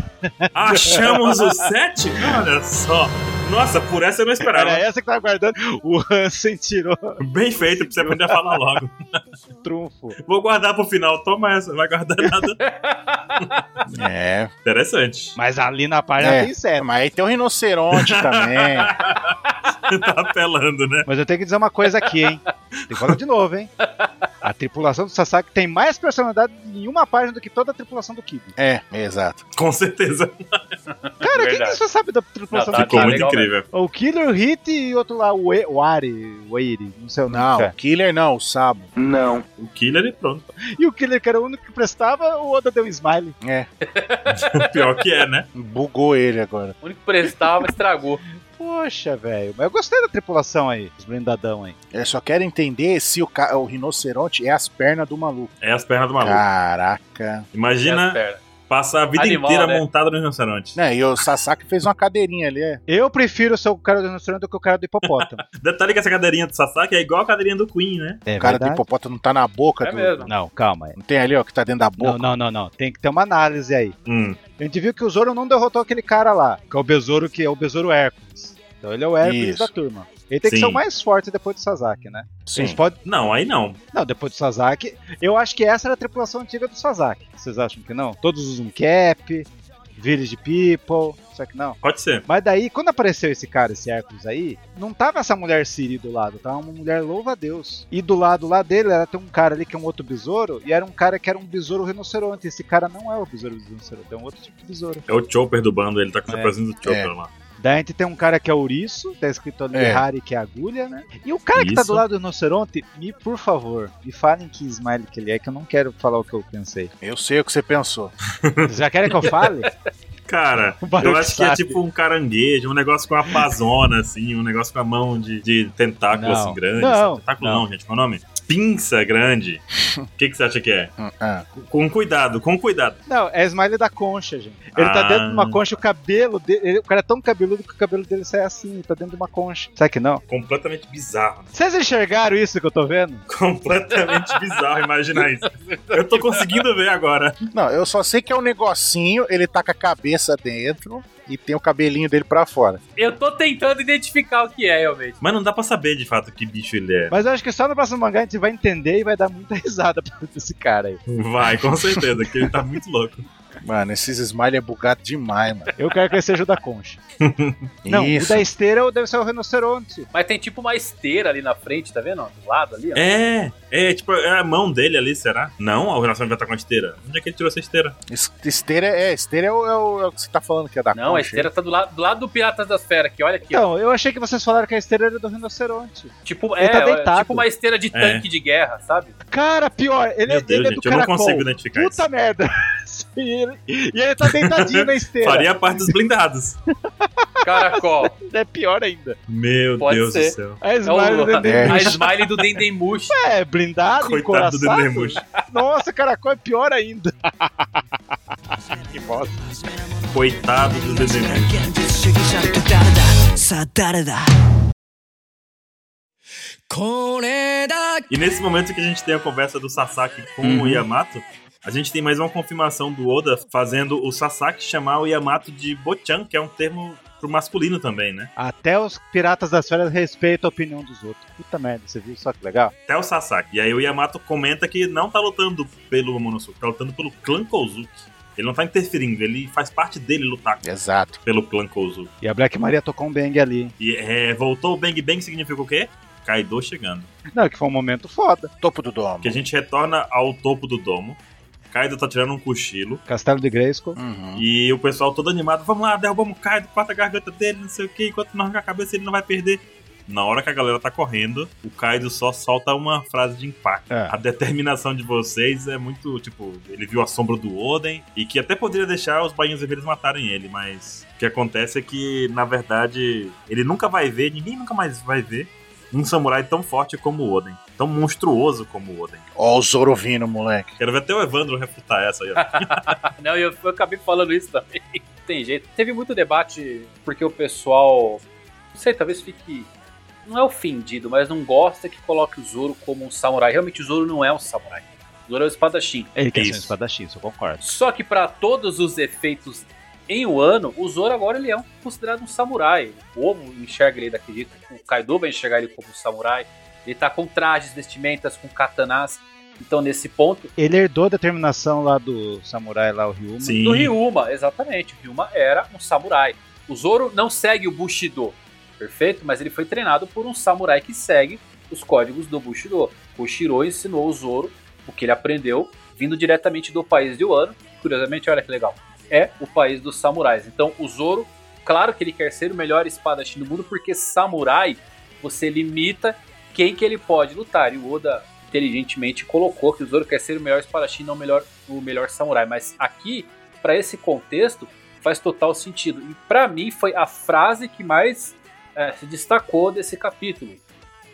Achamos o 7? Olha só. Nossa, por essa eu não Era esperava. essa que tava guardando. O Hansen tirou Bem feito pra você aprender a falar logo. o trunfo. Vou guardar pro final. Toma essa, não vai guardar nada. É. Interessante. Mas ali na página É. tem sete. Mas aí tem o rinoceronte também. tá apelando, né? Mas eu tenho que dizer uma coisa aqui, hein? Tem que falar de novo, hein? A tripulação do Sasaki tem mais personalidade em uma página do que toda a tripulação do Kid. É, exato. Com certeza. Cara, quem Verdade. que só sabe da tripulação Não, tá, do Ficou Kid? tá, muito legal incrível. O Killer, o Hit e outro lá, o, e, o Ari, o Eiri, não sei o nome. Não, cara. o Killer não, o Sabo. O Killer e pronto. E o Killer, que era o único que prestava, o Oda deu um smile. É, Pior que é, né? bugou ele agora. O único que prestava estragou. Poxa, velho. Mas eu gostei da tripulação aí, os blindadão aí. Eu só quero entender se o, ca- o rinoceronte é as pernas do maluco. É as pernas do maluco. Ah, Caraca. Minhas Imagina é pernas. passar a vida Animal, inteira né? montada no rinoceronte. Né, e o Sasaki fez uma cadeirinha ali, é. Eu prefiro ser o cara do rinoceronte do que o cara do hipopótamo. Detalhe que essa cadeirinha do Sasaki é igual a cadeirinha do Queen, né? É o cara do hipopótamo não tá na boca É do. mesmo. Não, calma. Não tem ali, ó, que tá dentro da Não, boca. não, não, não. Tem que ter uma análise aí. Hum. A gente viu que o Zoro não derrotou aquele cara lá, que é o besouro que é o besouro Hércules. Então ele é o Hércules Isso. da turma. Ele tem que Sim. ser o mais forte depois do Sasaki, né? Eles Sim. podem- Não, aí não. Não, depois do Sasaki. Eu acho que essa era a tripulação antiga do Sasaki. Vocês acham que não? Todos usam cap, Village People, só que não. Pode ser. Mas daí, quando apareceu esse cara, esse Hércules aí, não tava essa mulher Siri do lado, tava uma mulher louva a Deus. E do lado lá dele era tem um cara ali que é um outro besouro, e era um cara que era um besouro rinoceronte. Esse cara não é o besouro rinoceronte, é um outro tipo de besouro. É o Chopper do bando, ele tá com a É. presença do Chopper É. lá. Daí a gente tem um cara que é ouriço, tá escrito ali É. Harry, que é agulha, né? E o cara que tá Isso. do lado do rinoceronte, me por favor, me falem que smile que ele é, que eu não quero falar o que eu pensei. Eu sei o que você pensou. Vocês já querem que eu fale? Cara, O Baruch eu acho que é sabe. tipo um caranguejo, um negócio com a pazona, assim, um negócio com a mão de, de tentáculo, Não. assim, grande. Não. sabe? Tentáculo não. Não. gente, qual é o nome? Pinça grande. O que, que você acha que é? Hum, ah. Com cuidado, com cuidado. Não, é smile da concha, gente. Ele Ah. tá dentro de uma concha, o cabelo dele. ele- o cara é tão cabeludo que o cabelo dele sai assim, tá dentro de uma concha. Será que não? Completamente bizarro. Vocês enxergaram isso que eu tô vendo? Completamente bizarro imaginar isso. Eu tô conseguindo ver agora. Não, eu só sei que é um negocinho, ele tá com a cabeça dentro e tem o cabelinho dele pra fora. Eu tô tentando identificar o que é, realmente. Mas não dá pra saber de fato que bicho ele é. Mas eu acho que só no próximo mangá a gente vai entender e vai dar muita risada pra esse cara aí. Vai, com certeza, que ele tá muito louco. Mano, esses smile é bugado demais, mano. Eu quero que ele seja o da concha. Não, o Isso. da esteira deve ser o rinoceronte. Mas tem tipo uma esteira ali na frente, tá vendo? ó, Do lado ali, ó. É, é, tipo, é a mão dele ali, será? Não, o Renação vai estar com a esteira. Onde é que ele tirou essa esteira? Es- Esteira é, esteira é o, é o- é o que você tá falando que é da Não, a concha, esteira tá do lado do, lado do Piratas das Feras aqui, olha aqui. ó. Então, eu achei que vocês falaram que a esteira era do rinoceronte. Tipo, ele é, tá ó, deitado. tipo uma esteira de tanque de guerra, sabe? Cara, pior, ele, é- Meu Deus, ele é do gente, eu não caracol. consigo identificar Puta merda. Sim, ele- E ele tá deitadinho na isso. esteira. Faria parte dos blindados. Caracol. É pior ainda. Meu Pode Deus ser. do céu. A É o, Smile do a Dendemushi. smile do Dendemushi. É, blindado, Coitado do encoraçado. Nemush. Nossa, caracol é pior ainda. que bosta. Coitado do Nemush. さあ誰だこれだ E nesse momento que a gente tem a conversa do Sasaki com Uhum. o Yamato, a gente tem mais uma confirmação do Oda fazendo o Sasaki chamar o Yamato de Bochan, que é um termo pro masculino também, né? Até os piratas das férias respeitam a opinião dos outros. Puta merda, você viu só que legal? Até o Sasaki. E aí o Yamato comenta que não tá lutando pelo Momonosuke, tá lutando pelo clã Kozuki. Ele não tá interferindo, ele faz parte dele lutar Exato. pelo clã Kozuki. E a Black Maria tocou um bang ali. hein? E é, voltou o Bang Bang significa o quê? Kaido chegando. Não, que foi um momento foda. Topo do domo. Que a gente retorna ao topo do domo. Kaido tá tirando um cochilo. Castelo de Grayskull. Uhum. E o pessoal todo animado, vamos lá, derrubamos o Kaido, corta a garganta dele, não sei o que, enquanto não arranca a cabeça ele não vai perder. Na hora que a galera tá correndo, o Kaido só solta uma frase de impacto. É. A determinação de vocês é muito, tipo, ele viu a sombra do Oden e que até poderia deixar os bainhos vermelhos matarem ele, mas o que acontece é que, na verdade, ele nunca vai ver, ninguém nunca mais vai ver um samurai tão forte como o Oden, tão monstruoso como o Oden. Ó o Zoro vindo, moleque. Quero ver até o Evandro refutar essa aí, ó. Ah, Não, eu, eu acabei falando isso também. Não Tem jeito. Teve muito debate porque o pessoal, não sei, talvez fique, não é ofendido, mas não gosta que coloque o Zoro como um samurai. Realmente o Zoro não é um samurai. O Zoro é um espadachim. Ele quer ser um Isso. espadachim, isso eu concordo. Só que pra todos os efeitos em um ano, o Zoro agora ele é um- considerado um samurai. O Omo enxerga ele daquele jeito, o Kaido vai enxergar ele como um samurai. Ele tá com trajes, vestimentas, com katanás. Então, nesse ponto, Ele herdou a determinação lá do samurai, lá o Ryuma. Sim. do Ryuma, exatamente. O Ryuma era um samurai. O Zoro não segue o Bushido, perfeito? Mas ele foi treinado por um samurai que segue os códigos do Bushido. O Shiro ensinou o Zoro o que ele aprendeu vindo diretamente do país de Wano. Curiosamente, olha que legal. É o país dos samurais. Então, o Zoro, claro que ele quer ser o melhor espadachim do mundo, porque samurai, você limita quem que ele pode lutar. E o Oda inteligentemente colocou que o Zoro quer ser o melhor espadachim, não o melhor, o melhor samurai. Mas aqui para esse contexto faz total sentido. E para mim foi a frase que mais eh, se destacou desse capítulo,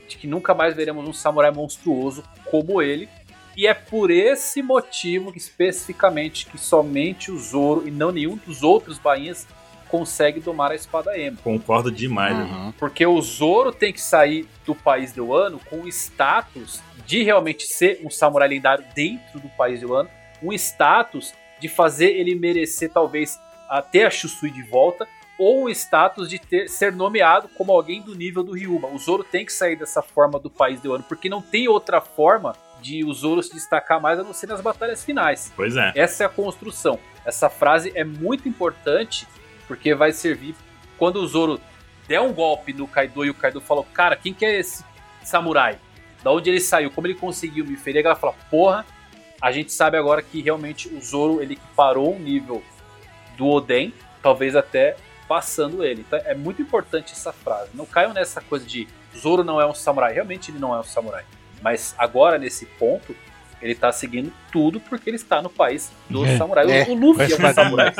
de que nunca mais veremos um samurai monstruoso como ele. E é por esse motivo que especificamente que somente o Zoro e não nenhum dos outros bainhas consegue domar a espada Ema. Concordo demais, né? Uhum. Porque o Zoro tem que sair do país de Wano com o status de realmente ser um samurai lendário dentro do país de Wano, um status de fazer ele merecer talvez até a Shusui de volta, ou um status de ter, ser nomeado como alguém do nível do Ryuma. O Zoro tem que sair dessa forma do país de Wano, porque não tem outra forma de o Zoro se destacar mais a não ser nas batalhas finais. Pois é. Essa é a construção. Essa frase é muito importante porque vai servir quando o Zoro der um golpe no Kaido e o Kaido falou: Cara, quem que é esse samurai? Da onde ele saiu? Como ele conseguiu me ferir? Ela fala: Porra, a gente sabe agora que realmente o Zoro ele parou um nível do Oden, talvez até passando ele. Então é muito importante essa frase. Não caiam nessa coisa de Zoro não é um samurai. Realmente ele não é um samurai. Mas agora, nesse ponto, ele tá seguindo tudo porque ele está no país dos É, samurais. O- é, o Luffy é mas um vai samurai.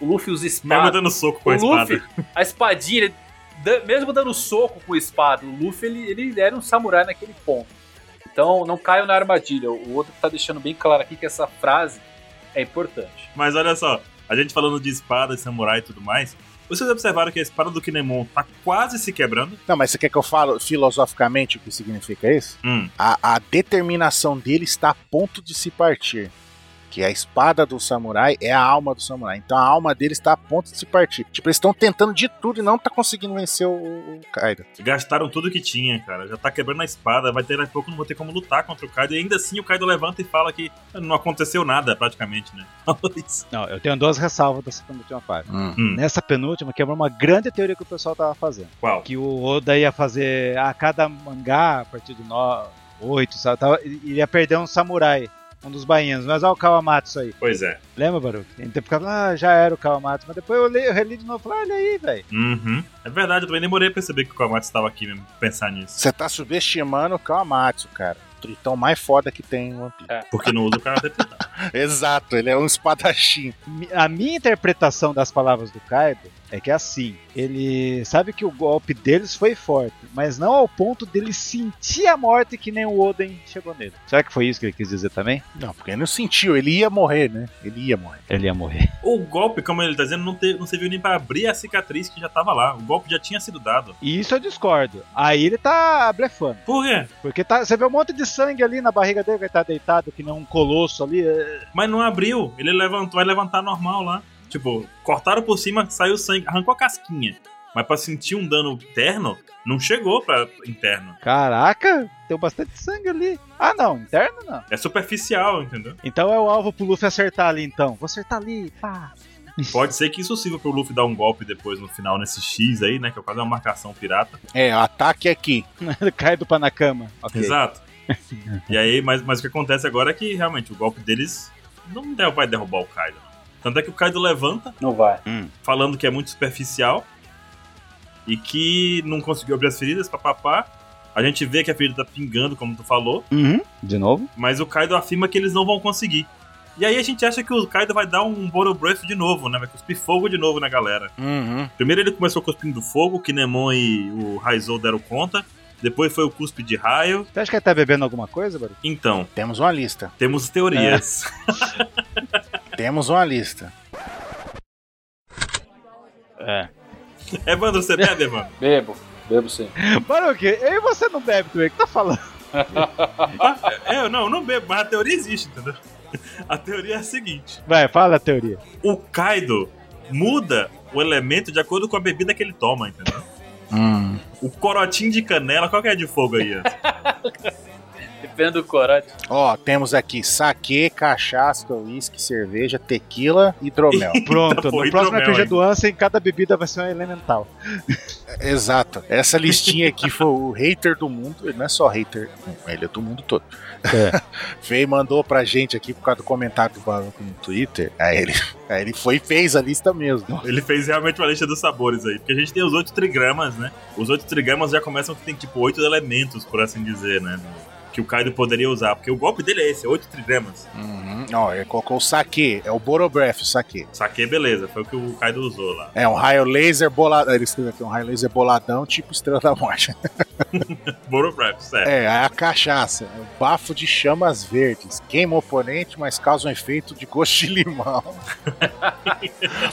O Luffy usa Mesmo espada. dando soco com a O Luffy- espada. A espadinha, ele da- mesmo dando soco com a espada, o Luffy ele, ele era um samurai naquele ponto. Então não caiam na armadilha. O outro tá deixando bem claro aqui que essa frase é importante. Mas olha só, a gente falando de espada, samurai e tudo mais, vocês observaram que a espada do Kinemon tá quase se quebrando? Não, mas você quer que eu falo filosoficamente o que significa isso? Hum, A, a determinação dele está a ponto de se partir. que é a espada do samurai é a alma do samurai. Então a alma dele está a ponto de se partir. Tipo, eles estão tentando de tudo e não tá conseguindo vencer o, o Kaido. Gastaram tudo que tinha, cara. Já tá quebrando a espada. Vai ter daqui a pouco, não vou ter como lutar contra o Kaido. E ainda assim o Kaido levanta e fala que não aconteceu nada, praticamente, né? Mas- Não, eu tenho duas ressalvas dessa penúltima parte. Hum, Nessa penúltima quebrou uma grande teoria que o pessoal tava fazendo. qual? Que o Oda ia fazer a cada mangá, a partir do 8, sabe? Tava, iria perder um samurai, um dos bainhos. Mas olha o Kawamatsu aí. Pois é. Lembra, Baruch? A gente ficava, ah, já era o Kawamatsu. Mas depois eu, leio, eu reli de novo e falei, olha aí, velho. Uhum. É verdade, eu também demorei a perceber que o Kamatsu estava aqui mesmo, pensar nisso. Você tá subestimando o Kawamatsu, cara. O tritão mais foda que tem em One Piece. Porque não usa o cara até tentar. Exato, ele é um espadachim. Mi- A minha interpretação das palavras do Kaido é que é assim, ele sabe que o golpe deles foi forte, mas não ao ponto dele sentir a morte que nem o Oden chegou nele. Será que foi isso que ele quis dizer também? Não, porque ele não sentiu, ele ia morrer, né? Ele ia morrer. Ele ia morrer. O golpe, como ele tá dizendo, não, teve, não serviu nem pra abrir a cicatriz que já tava lá. O golpe já tinha sido dado. E isso eu discordo. Aí ele tá blefando. Por quê? Porque tá, você vê um monte de sangue ali na barriga dele, que ele tá deitado, que nem um colosso ali. é, Mas não abriu. Ele levantou, vai levantar normal lá. Tipo, cortaram por cima, saiu sangue, arrancou a casquinha. Mas pra sentir um dano interno, não chegou pra interno. Caraca, deu bastante sangue ali. Ah não, interno não. É superficial, entendeu? Então é o alvo pro Luffy acertar ali então. Vou acertar ali, pá. Pode ser que isso sirva pro Luffy dar um golpe depois no final nesse X aí, né? Que é quase uma marcação pirata. É, o ataque aqui. Kaido pra na cama. Ok. Exato. e aí, mas, mas o que acontece agora é que realmente o golpe deles não der- vai derrubar o Kaido. Tanto é que o Kaido levanta, Não vai. falando que é muito superficial e que não conseguiu abrir as feridas, papapá. A gente vê que a ferida tá pingando, como tu falou, Uhum. De novo? mas o Kaido afirma que eles não vão conseguir. E aí a gente acha que o Kaido vai dar um Boro Breath de novo, né? Vai cuspir fogo de novo na galera. Uhum. Primeiro ele começou cuspindo fogo, que Nemon e o Raizou deram conta. Depois foi o cuspe de raio. Você acha que ele tá bebendo alguma coisa, Baru? Então, Temos uma lista. temos teorias. Temos uma lista. É. Evandro, você bebe, mano? Bebo. Bebo sim. Baruque, eu e você não bebe também, o que tá falando? É, eu não, eu não bebo, mas a teoria existe, entendeu? A teoria é a seguinte: Vai, fala a teoria. o Kaido muda o elemento de acordo com a bebida que ele toma, entendeu? Hum. O corotinho de canela, qual que é de fogo aí? Anderson? Dependendo do corote. Ó, temos aqui saque, cachaça, uísque, cerveja, tequila e hidromel. Pronto, pô, no e próximo hidromel RPG ainda. do Ansa, em cada bebida vai ser um elemental. Exato. Essa listinha aqui foi o hater do mundo. Ele não é só hater, ele é do mundo todo. Veio e mandou pra gente aqui por causa do comentário do Baruco no Twitter. Aí ele, aí ele foi e fez a lista mesmo. Ele fez realmente uma lista dos sabores aí. Porque a gente tem os oito trigramas, né? Os oito trigramas já começam que tem tipo oito elementos, por assim dizer, né? Que o Kaido poderia usar. Porque o golpe dele é esse, é oito trigramas. Uhum. Ó, ele colocou o saque, é o Borobreath, o saque. Saquei, beleza, foi o que o Kaido usou lá. É um raio laser boladão. Ele escreveu aqui um raio laser boladão, tipo Estrela da Morte. Boro Prep, certo. É, a cachaça, é o bafo de chamas verdes. Queima o oponente, mas causa um efeito de gosto de limão.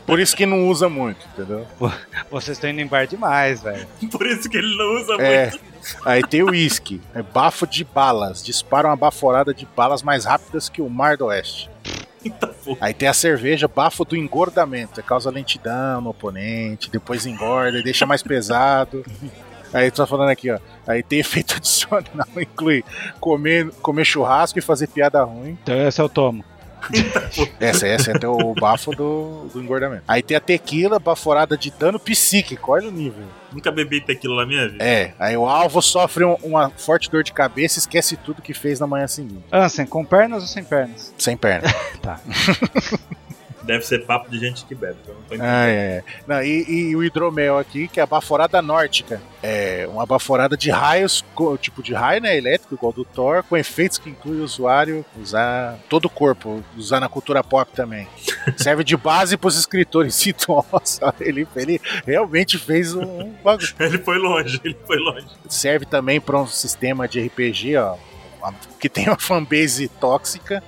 Por isso que não usa muito, entendeu? Vocês estão indo em bar demais, velho. Por isso que ele não usa muito. É. Aí tem o uísque. É bafo de balas. Dispara uma baforada de balas mais rápidas que o Mar do Oeste. Aí tem a cerveja, bafo do engordamento. É causa lentidão no oponente, depois engorda e deixa mais pesado. Aí tá falando aqui, ó. Aí tem efeito adicional, inclui comer, comer churrasco e fazer piada ruim. Então esse é o tomo. Essa, essa é até o bafo do, do engordamento. Aí tem a tequila, baforada de dano psíquico. Olha o nível. Nunca bebi tequila na minha vida. É, aí o alvo sofre um- uma forte dor de cabeça e esquece tudo que fez na manhã seguinte. Ansem, com pernas ou sem pernas? Sem perna. É. Deve ser papo de gente que bebe. então não tô entendendo. Ai, ai, ai. Não, e, e o hidromel aqui, que é a baforada nórdica. É uma baforada de raios, co- tipo de raio, né? Elétrico, igual do Thor, com efeitos que inclui o usuário usar todo o corpo, usar na cultura pop também. Serve de base pros escritores. Nossa, ele, ele realmente fez um, um bagulho. Ele foi longe, ele foi longe. serve também para um sistema de RPG, ó, a- que tem uma fanbase tóxica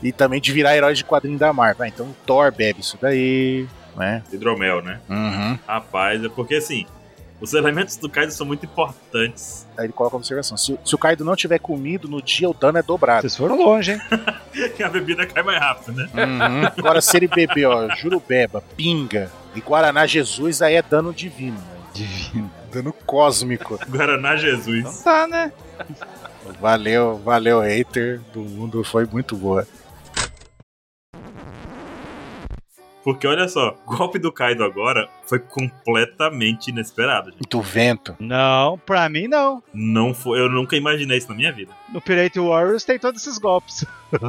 e também de virar herói de quadrinho da Marvel. Ah, então o Thor bebe isso daí, né? Hidromel, né? Uhum. Rapaz, é porque assim, Os elementos do Kaido são muito importantes. Aí ele coloca uma observação. Se, se o Kaido não tiver comido, no dia o dano é dobrado. Vocês foram longe, hein? Que a bebida cai mais rápido, né? Agora, se ele beber, ó, jurubeba, pinga e Guaraná Jesus, aí é dano divino. né? Divino. Dano cósmico. Guaraná Jesus. Então tá, né? Valeu, valeu, hater do mundo. Foi muito boa. Porque olha só, o golpe do Kaido agora foi completamente inesperado, gente. Do vento. Não, pra mim não. Não foi, eu nunca imaginei isso na minha vida. No Pirate Warriors tem todos esses golpes.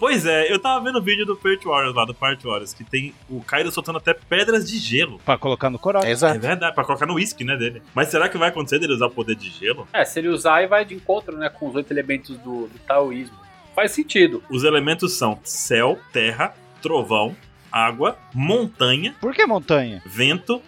Pois é, eu tava vendo o vídeo do Pirate Warriors lá, do Pirate Warriors, que tem o Kaido soltando até pedras de gelo. Pra colocar no coral. É Exato. verdade, pra colocar no uísque, né, dele. Mas será que vai acontecer dele usar o poder de gelo? É, se ele usar, aí vai de encontro, né, com os oito elementos do, do taoísmo. Faz sentido. Os elementos são céu, terra, trovão, água, montanha, Por que montanha? vento,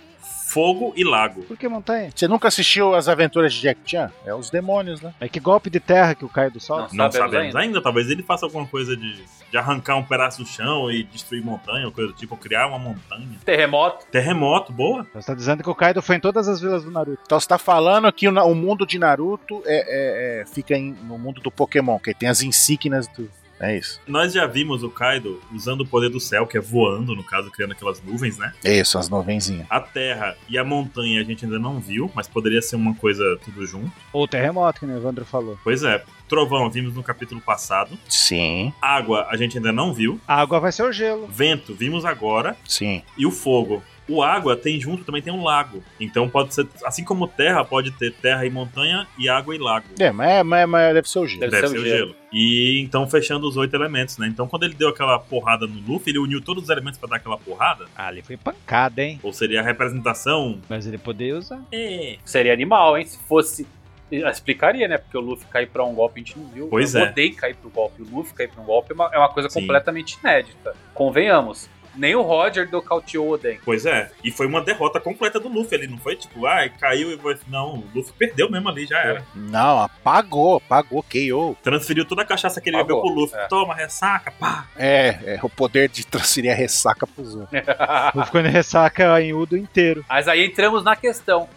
fogo e lago. Por que montanha? Você nunca assistiu As Aventuras de Jack Chan? É os demônios, né? É que golpe de terra que o Kaido solta. Não sabemos ainda. talvez ele faça alguma coisa de, de arrancar um pedaço do chão e destruir montanha, ou coisa do tipo, ou criar uma montanha. Terremoto. Terremoto, boa. Você tá dizendo que o Kaido foi em todas as vilas do Naruto. Então você tá falando que o, na- o mundo de Naruto é, é- é- fica em- no mundo do Pokémon, que tem as insígnias do. É isso. Nós já vimos o Kaido usando o poder do céu, que é voando, no caso, criando aquelas nuvens, né? É isso, as nuvenzinhas. A terra e a montanha a gente ainda não viu, mas poderia ser uma coisa tudo junto. Ou terremoto, que o Evandro falou. Pois é. Trovão, vimos no capítulo passado. Sim, Água, a gente ainda não viu. A água vai ser o gelo. Vento, vimos agora. sim. E o fogo. O água tem junto também tem um lago. Então pode ser, assim como terra, pode ter terra e montanha e água e lago. É, mas, mas, mas deve ser o gelo. Deve, ser o gelo. E então fechando os oito elementos, né? Então quando ele deu aquela porrada no Luffy, ele uniu todos os elementos pra dar aquela porrada. Ah, ali foi pancada, hein? Ou seria a representação? Mas ele poderia usar. É. Seria animal, hein? Se fosse. Explicaria, né? Porque o Luffy cair pra um golpe a gente não viu. Pois eu é. odeio cair pro golpe. O Luffy cair pra um golpe é uma, é uma coisa Sim. completamente inédita. Convenhamos. Nem o Roger nocauteou o Oden. Pois é. E foi uma derrota completa do Luffy ali. Não foi tipo, ah, caiu e foi. Não, o Luffy perdeu mesmo ali, já era. Não, apagou, apagou, KO. Transferiu toda a cachaça que ele bebeu Pagou, pro Luffy. é. Toma, ressaca, pá. É, é o poder de transferir a ressaca pros outros. Ele ficou em ressaca em Udo inteiro. Mas aí entramos na questão.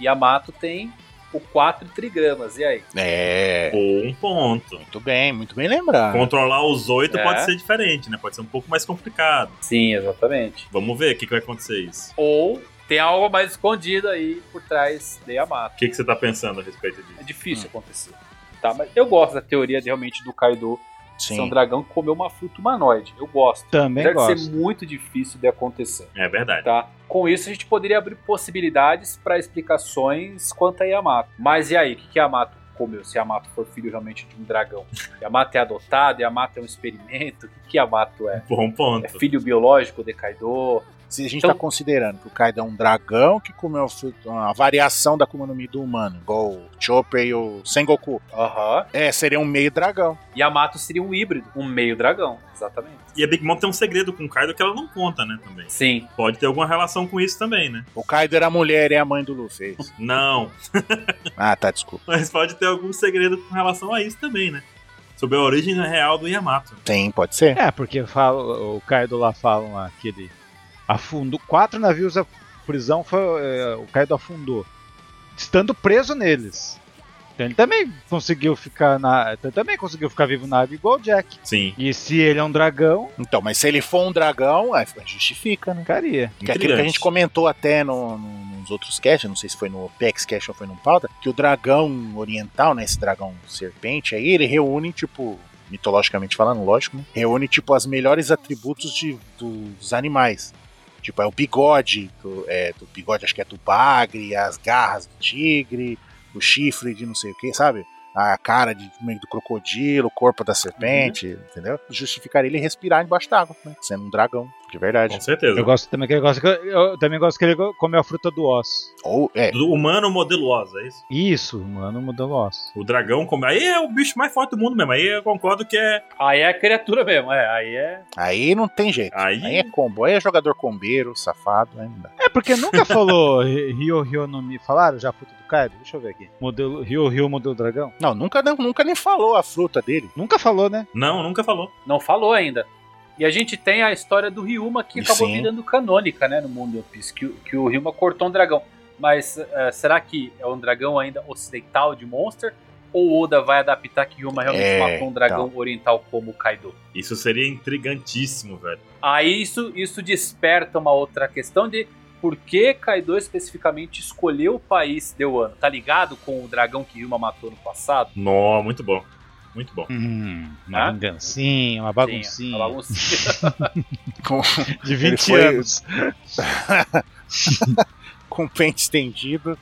Yamato tem o 4 trigramas. E aí? É, Ah. Um ponto. muito bem, muito bem lembrado. Controlar os oito É. pode ser diferente, né? Pode ser um pouco mais complicado. Sim, exatamente. Vamos ver o que, que vai acontecer isso. Ou tem algo mais escondido aí por trás de Yamato. O que, que você tá pensando a respeito É disso? difícil acontecer. Tá, mas eu gosto da teoria de, realmente do Kaido ser um Sim. dragão que comeu uma fruta humanoide. Eu gosto. Também Apesar de gosto. ser muito difícil de acontecer. É verdade. Tá? Com isso, a gente poderia abrir possibilidades para explicações quanto a Yamato. Mas e aí, o que, que Yamato comeu? Se Yamato for filho realmente de um dragão? Yamato é adotado? Yamato é um experimento? O que, que Yamato é? Bom É ponto. filho biológico de Kaido? Se a gente Então- tá considerando que o Kaido é um dragão que comeu fruto- uma variação da Akuma no Mi do humano, igual o Chopper e o Sengoku, Aham. é, seria um meio dragão. Yamato seria um híbrido, um meio dragão. Exatamente. E a Big Mom tem um segredo com o Kaido que ela não conta, né, também. Sim. Pode ter alguma relação com isso também, né? O Kaido era mulher e é a mãe do Luffy. é isso? Não. ah, tá, desculpa. Mas pode ter algum segredo com relação a isso também, né? Sobre a origem real do Yamato. Sim, pode ser. É, porque fala- o Kaido lá falam lá que ele afundou. Quatro navios a prisão foi. é, o Kaido afundou. Estando preso neles. Então ele também conseguiu ficar na. então, Ele também conseguiu ficar vivo na água igual o Jack. Sim. E se ele é um dragão, Então, mas se ele for um dragão, aí justifica, né? ficaria. Que é aquilo que a gente Intrigante. comentou até no- no- nos outros casts, não sei se foi no Opex Cash ou foi no Pauta, que o dragão oriental, né, esse dragão serpente aí, ele reúne, tipo, mitologicamente falando, lógico, né, reúne, tipo, as melhores atributos de- dos animais. Tipo, é o bigode, do, é, do bigode acho que é do bagre, as garras do tigre, o chifre de não sei o que, sabe? A cara de, meio do crocodilo, o corpo da serpente, entendeu? Justificaria ele respirar embaixo d'água, né? Sendo um dragão, de verdade. Com certeza. Eu gosto também que ele gosta. que- Eu também gosto que ele go- comeu a fruta do osso. Ou, é, Do humano modelo Oz, é isso? Isso, mano, mudando o osso. O dragão come. Aí é o bicho mais forte do mundo mesmo. Aí eu concordo que é. Aí é criatura mesmo, é. Aí é. Aí não tem jeito. Aí- Aí, é combo. Aí é jogador combeiro, safado. Aí não dá. É porque nunca falou Rio Rio no Mi. Falaram já a fruta do Kaido? Deixa eu ver aqui. Modelo, Rio Rio modelo dragão? Não, nunca, não, nunca nem falou a fruta dele. Nunca falou, né? Não, nunca falou. Não falou ainda. E a gente tem a história do Ryuma que E acabou sim. virando canônica, né? No mundo de One Piece, que, o- que o Ryuma cortou um dragão. Mas eh, será que é um dragão ainda ocidental de Monster? Ou Oda vai adaptar Kiyoma realmente É, matou um dragão oriental como o Kaido? Isso seria intrigantíssimo, velho. Aí isso, isso desperta uma outra questão de por que Kaido especificamente escolheu o país de Wano? Tá ligado com o dragão que Ryuma matou no passado? Nó, muito bom. Muito bom. Hum, uma Hã? vingancinha, uma Sim, a baguncinha baguncinha. de Ele 20 foi- anos. Com o pente estendido.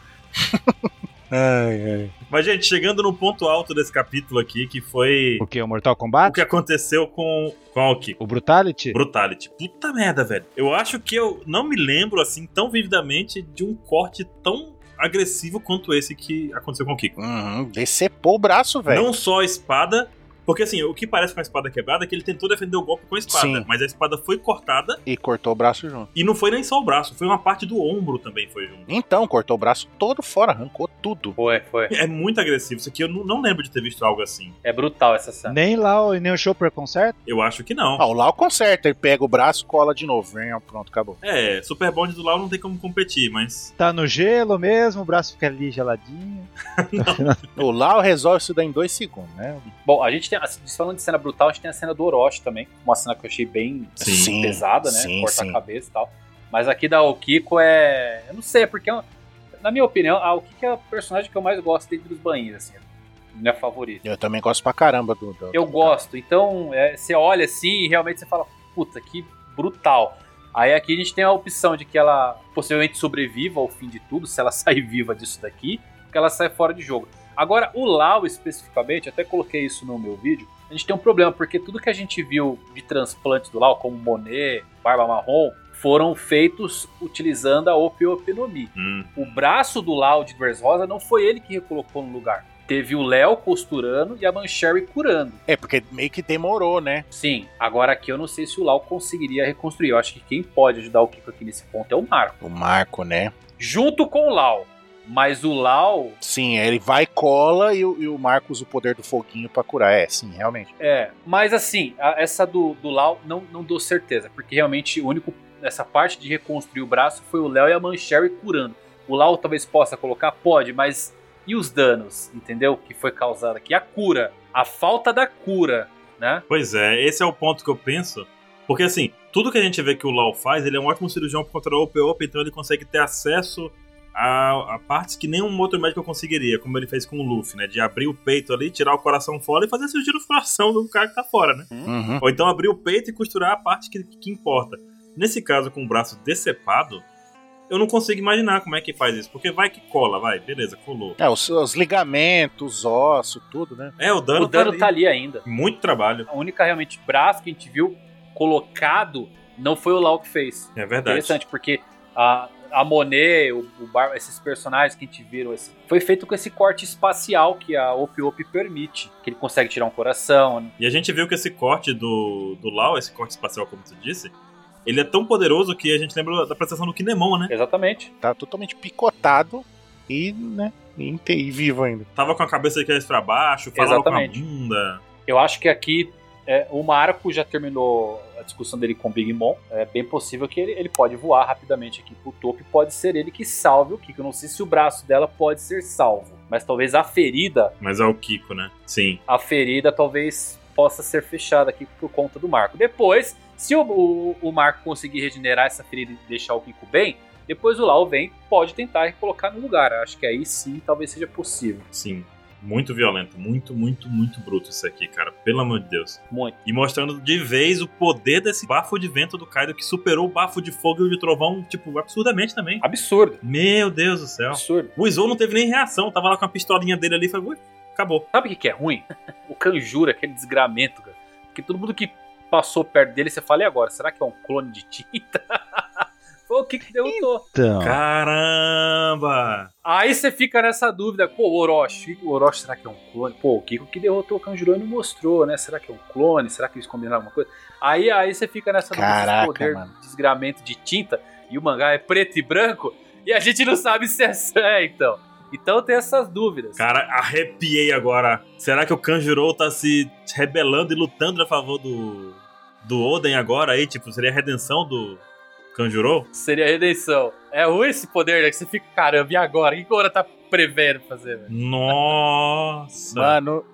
ai, ai. Mas, gente, chegando no ponto alto desse capítulo aqui, que foi O que? O Mortal o Kombat? que aconteceu com, com a Oki. O Brutality? Brutality. Puta merda, velho. Eu acho que eu não me lembro, assim, tão vividamente de um corte tão agressivo quanto esse que aconteceu com o Kiko. Uhum, decepou o braço, velho. Não só a espada, porque assim, o que parece com a espada quebrada é que ele tentou defender o golpe com a espada, Sim. mas a espada foi cortada E cortou o braço junto. e não foi nem só o braço, foi uma parte do ombro também foi junto. Então, cortou o braço todo fora, arrancou tudo. foi, foi. É muito agressivo, isso aqui eu não, não lembro de ter visto algo assim. É brutal essa cena. Nem lá o- nem o Chopper conserta? Eu acho que não. Ah, o Lau conserta, ele pega o braço, cola de novo. Vem, ó, pronto, acabou. É, Super Bond do Lau não tem como competir, mas Tá no gelo mesmo, o braço fica ali geladinho. O Lau resolve isso daí em dois segundos, né? Bom, a gente tem. assim, Falando de cena brutal, a gente tem a cena do Orochi também. Uma cena que eu achei bem Sim. Sim, pesada, né? sim, Corta sim. a cabeça e tal. Mas aqui da Okiko é. Eu não sei, porque é um- na minha opinião, a Okiko é o personagem que eu mais gosto dentro dos banhos, assim. Minha favorita. Eu também gosto pra caramba do. do- Eu gosto. Então, é, você olha assim e realmente você fala, puta, que brutal. Aí aqui a gente tem a opção de que ela possivelmente sobreviva ao fim de tudo, se ela sair viva disso daqui, que ela sai fora de jogo. Agora, o Lau especificamente, até coloquei isso no meu vídeo, a gente tem um problema, porque tudo que a gente viu de transplante do Lau, como Monet, Barba Marrom, foram feitos utilizando a opiopenomia. hum, O braço do Lau de Dress Rosa não foi ele que recolocou no lugar. Teve o Léo costurando e a Mancherry curando. É, porque meio que demorou, né? Sim, agora aqui eu não sei se o Lau conseguiria reconstruir. Eu acho que quem pode ajudar o Kiko aqui nesse ponto é o Marco. O Marco, né? Junto com o Lau. Mas o Lau, Sim, é, ele vai, cola e, o- e o Marco usa o poder do foguinho pra curar. É, sim, realmente. é. Mas assim, a- essa do, do Lau não, não dou certeza. Porque realmente o único. Essa parte de reconstruir o braço foi o Léo e a Mancherry curando. O Lau talvez possa colocar? Pode, mas. E os danos, entendeu? Que foi causado aqui? A cura. A falta da cura, né? Pois é, esse é o ponto que eu penso. Porque assim, tudo que a gente vê que o Lau faz, ele é um ótimo cirurgião por contra a OP-OP, então ele consegue ter acesso a, a partes que nenhum outro médico conseguiria, como ele fez com o Luffy, né? De abrir o peito ali, tirar o coração fora e fazer a cirurgia do coração do cara que tá fora, né? Uhum. Ou então abrir o peito e costurar a parte que, que importa. Nesse caso, com o braço decepado, eu não consigo imaginar como é que faz isso. Porque vai que cola, vai, beleza, colou. É, os, os ligamentos, os ossos, tudo, né? É, o dano, O dano tá ali ainda. Muito trabalho, A única realmente braço que a gente viu colocado não foi o Lau que fez. é verdade. Interessante, porque a, a Monet, o, o Bar, esses personagens que a gente viram, esse- foi feito com esse corte espacial que a Op Op permite. Que ele consegue tirar um coração. né? E a gente viu que esse corte do, do Lau, esse corte espacial, como tu disse, ele é tão poderoso que a gente lembra da apresentação do Kinemon, né? Exatamente. Tá totalmente picotado e, né? E, inte- e vivo ainda. Tava com a cabeça aqui pra baixo, falava Exatamente. com a bunda. Eu acho que aqui é, o Marco já terminou a discussão dele com o Big Mom. É bem possível que ele, ele pode voar rapidamente aqui pro topo e pode ser ele que salve o Kiko. Eu não sei se o braço dela pode ser salvo. Mas talvez a ferida Mas é o Kiko, né? Sim. a ferida talvez possa ser fechada aqui por conta do Marco. Depois, se o, o- o Marco conseguir regenerar essa ferida e deixar o Kiko bem, depois o Lau vem, pode tentar e colocar no lugar. Acho que aí sim talvez seja possível. Sim. Muito violento. Muito, muito, muito bruto isso aqui, cara. Pelo amor de Deus. Muito. E mostrando de vez o poder desse bafo de vento do Kaido que superou o bafo de fogo e o de trovão, tipo, absurdamente também. Absurdo. Meu Deus do céu. Absurdo. O Izou não teve nem reação. Tava lá com a pistolinha dele ali e falou, "Ui, acabou. Sabe o que, que é ruim? o Kanjura, aquele desgramento, cara. Porque todo mundo que passou perto dele, você fala, e agora? Será que é um clone de tinta? Foi o que que derrotou. Então, Caramba! Aí você fica nessa dúvida, pô, o Orochi, o Orochi será que é um clone? Pô, o Kiko que derrotou o Kanjuro e não mostrou, né? Será que é um clone? Será que eles combinaram alguma coisa? Aí, aí você fica nessa Caraca, dúvida, esse poder mano. de desgramento de tinta, e o mangá é preto e branco, e a gente não sabe se é sério, então. Então tem essas dúvidas. Cara, arrepiei agora. Será que o Kanjuro tá se rebelando e lutando a favor do, do Oden agora aí? Tipo, seria a redenção do Kanjuro? Seria a redenção. É ruim esse poder, né? Que você fica, caramba, e agora? O que que o Oda tá prevendo fazer, velho? Nossa. Mano,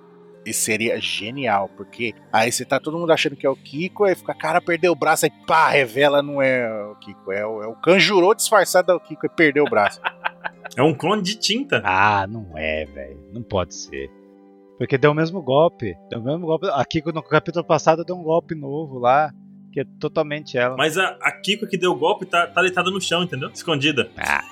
isso seria genial, porque aí você tá todo mundo achando que é o Kiko, aí fica, cara, perdeu o braço, aí pá, revela, não é o Kiko, é o, é o Kanjuro disfarçado do Kiko e perdeu o braço. É um clone de tinta. Ah, não é, velho. Não pode ser. Porque deu o mesmo golpe. Deu o mesmo golpe. A Kiko no capítulo passado deu um golpe novo lá. Que é totalmente ela. Mas a, a Kiko que deu o golpe tá, tá deitada no chão, entendeu? Escondida.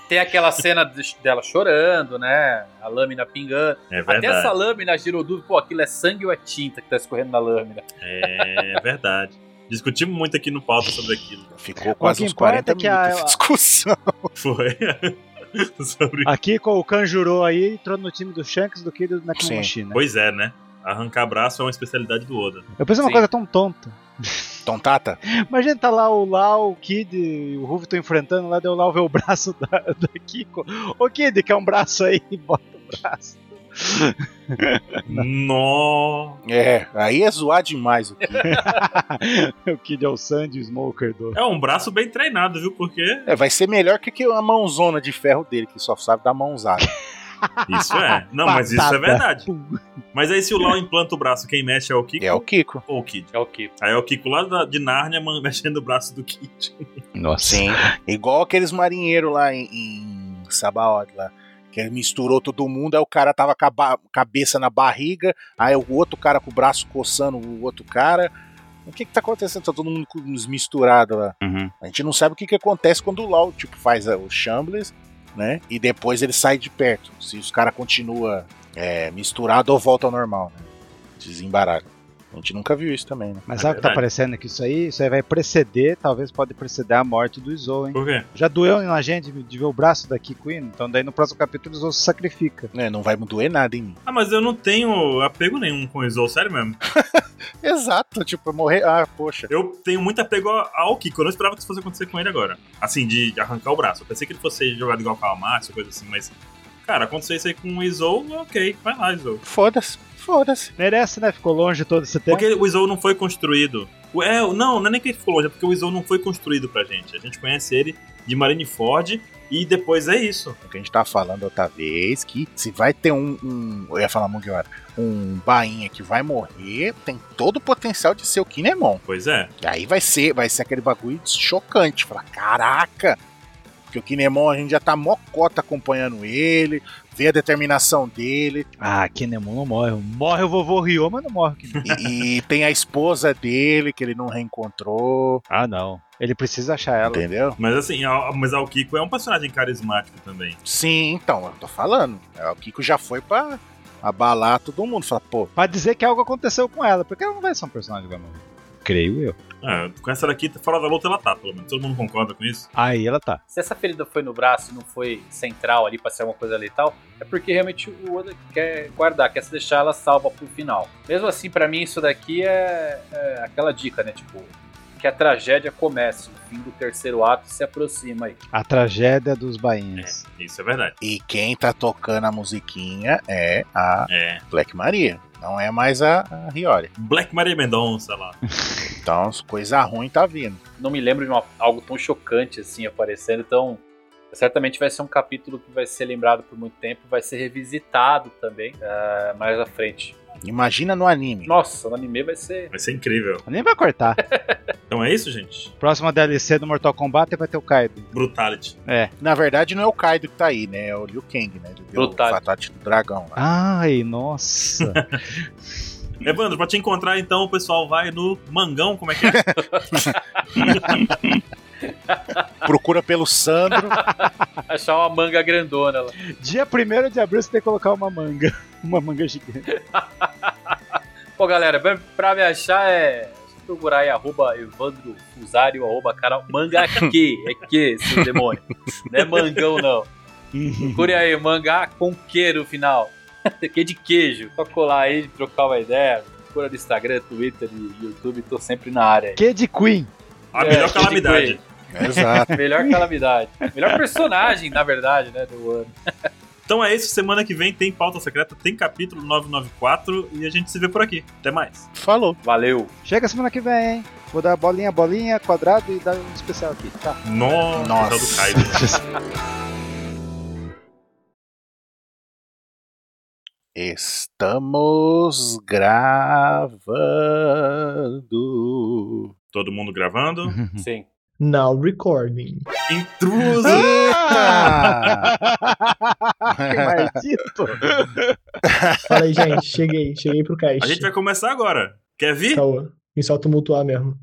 Tem aquela cena de- dela chorando, né? A lâmina pingando. É Até verdade. essa lâmina girou dúvida, pô, aquilo é sangue ou é tinta que tá escorrendo na lâmina? É verdade. Discutimos muito aqui no pauta sobre aquilo. Ficou quase que uns importa 40 é que a- minutos de discussão. Foi. sobre. A Kiko, o Kanjuro aí, entrou no time do Shanks do que do Nekomamushi, né? Pois é, né? Arrancar braço é uma especialidade do Oda. Eu pensei uma Sim. coisa tão tonta. Tontata, Imagina tá lá o Lau, o Kid e o Ruff estão enfrentando, lá deu Lau ver o braço da, da Kiko. Ô Kid, quer um braço aí? Bota o braço. Nó. é, aí é zoar demais o Kiko. o Kid é o Sandy Smoker do. É um braço bem treinado, viu? Porque. É, vai ser melhor que que a mãozona de ferro dele, que só sabe dar mãozada. Isso é. Não, mas isso é Patada. verdade. Pum. Mas aí se o Lau implanta o braço, quem mexe é o Kiko É o Kiko. ou o Kid? É o que? Aí é o Kiko lá da- de Nárnia man- mexendo o braço do Kid. Nossa. Sim. Igual aqueles marinheiros lá em, em Sabaod lá. Que ele misturou todo mundo, aí o cara tava com a ba- cabeça na barriga, aí o outro cara com o braço coçando o outro cara. O que que tá acontecendo? Tá todo mundo com- uns misturado lá. A gente não sabe o que que acontece quando o Law, tipo, faz a- o Shambles, né? E depois ele sai de perto. Se os caras continuam é, misturado ou volta ao normal, né? Desembaralho. A gente nunca viu isso também, né? Mas É sabe o que tá verdade. parecendo que isso aí? Isso aí vai preceder, talvez pode preceder a morte do Izou, hein? Por quê? Já doeu na gente de ver o braço da Kiko indo, então daí no próximo capítulo o Izou se sacrifica. Né, Não vai doer nada em mim. Ah, mas eu não tenho apego nenhum com o Izou, sério mesmo. Exato, tipo, morrer. Ah, poxa. Eu tenho muito apego ao Kiko. Eu não esperava que isso fosse acontecer com ele agora. Assim, de arrancar o braço. Eu pensei que ele fosse jogado igual com a Amatsu, coisa assim, mas. Cara, aconteceu isso aí com o Izou, ok, vai lá, Izou. Foda-se, foda-se. Merece, né? Ficou longe todo esse tempo. Porque É o Izou não foi construído. O- É, não, não é nem que ele ficou longe, é porque o Izou não foi construído pra gente. A gente conhece ele de Marineford e depois é isso. O que a gente tava falando outra vez, que se vai ter um. um- eu ia falar Mugiwara. Um bainha que vai morrer, tem todo o potencial de ser o Kinemon. Pois é. E aí vai ser, vai ser aquele bagulho chocante. Falar, caraca! Porque o Kinemon a gente já tá mocota acompanhando ele, vê a determinação dele. Ah, Kinemon não morre. Morre o vovô Ryo, mas não morre o Kinemon. e, e tem a esposa dele que ele não reencontrou. Ah, não. Ele precisa achar ela. Entendeu? Mas assim, a- mas o Kiko é um personagem carismático também. Sim, então, eu tô falando. É, O Kiko já foi pra abalar todo mundo. Fala, pô, Pra dizer que algo aconteceu com ela, porque ela não vai ser um personagem que vai morrer. Creio eu. Ah, com essa daqui, fora da luta, ela tá, pelo menos. Todo mundo concorda com isso? Aí ela tá. Se essa ferida foi no braço e não foi central ali pra ser uma coisa letal, é porque realmente o Oda quer guardar, quer se deixar ela salva pro final. Mesmo assim, pra mim, isso daqui é, é aquela dica, né? Tipo, que a tragédia comece, o fim do terceiro ato se aproxima aí. A tragédia dos bainhas. Isso é verdade. E quem tá tocando a musiquinha é a É. Black Maria. Não é mais a, a Hiyori. Black Maria Mendonça lá. Então, as coisa ruim tá vindo. Não me lembro de uma- algo tão chocante assim aparecendo, então. Certamente vai ser um capítulo que vai ser lembrado por muito tempo, vai ser revisitado também ah, mais à frente. Imagina no anime. Nossa, no anime vai ser Vai ser incrível. Nem vai cortar. Então é isso, gente. Próxima DLC do Mortal Kombat vai ter o Kaido. Brutality. Na verdade, não é o Kaido que tá aí, né? É o Liu Kang, né? Ele deu o Brutal. fatate do dragão lá. Ai, nossa. Evandro, pra te encontrar, então, o pessoal vai no Mangão, como é que é? Procura pelo Sandro. achar uma manga grandona lá. Dia 1 de abril você tem que colocar uma manga. Uma manga gigante. Pô, galera, pra- pra me achar é só procurar aí arroba Evandro Fusário, arroba canal Mangaque, é que, seu demônio. Não é mangão, não. Uhum. Procure aí, mangá com que no final. Que de queijo. Só colar aí, trocar uma ideia. Procura no Instagram, Twitter e YouTube, tô sempre na área aí. Que de Queen. A É, melhor Kid calamidade. Exato. Melhor calamidade. Melhor personagem, na verdade, né, do ano. Então é isso. Semana que vem tem pauta secreta, tem capítulo 994 e a gente se vê por aqui. Até mais. Falou. Valeu. Chega semana que vem, hein? Vou dar bolinha, bolinha, quadrado e dar um especial aqui. Tá. Nossa, Nossa. do Kaido. Estamos gravando. Todo mundo gravando. Sim. Now recording. Intruso! Eita! Que maldito! Fala aí, gente. Cheguei. Cheguei pro caixa. A gente vai começar agora. Quer vir? Então- Calma. E só tumultuar mesmo.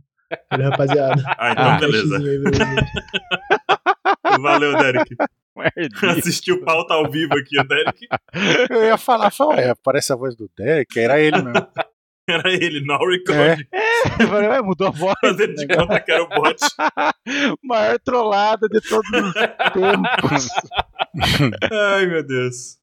Olha, rapaziada. Ah, então Ah, beleza. Caixinha aí pra vocês. Valeu, Derek. Assistiu pauta ao vivo aqui, o Derek. Eu ia falar, falar, ué, parece a voz do Derek, era ele mesmo. É. Era ele, no É. record. Eu falei, ué, mudou a voz. Fazendo de conta que era o bot. Maior trollada de todos os tempos. Ai, meu Deus.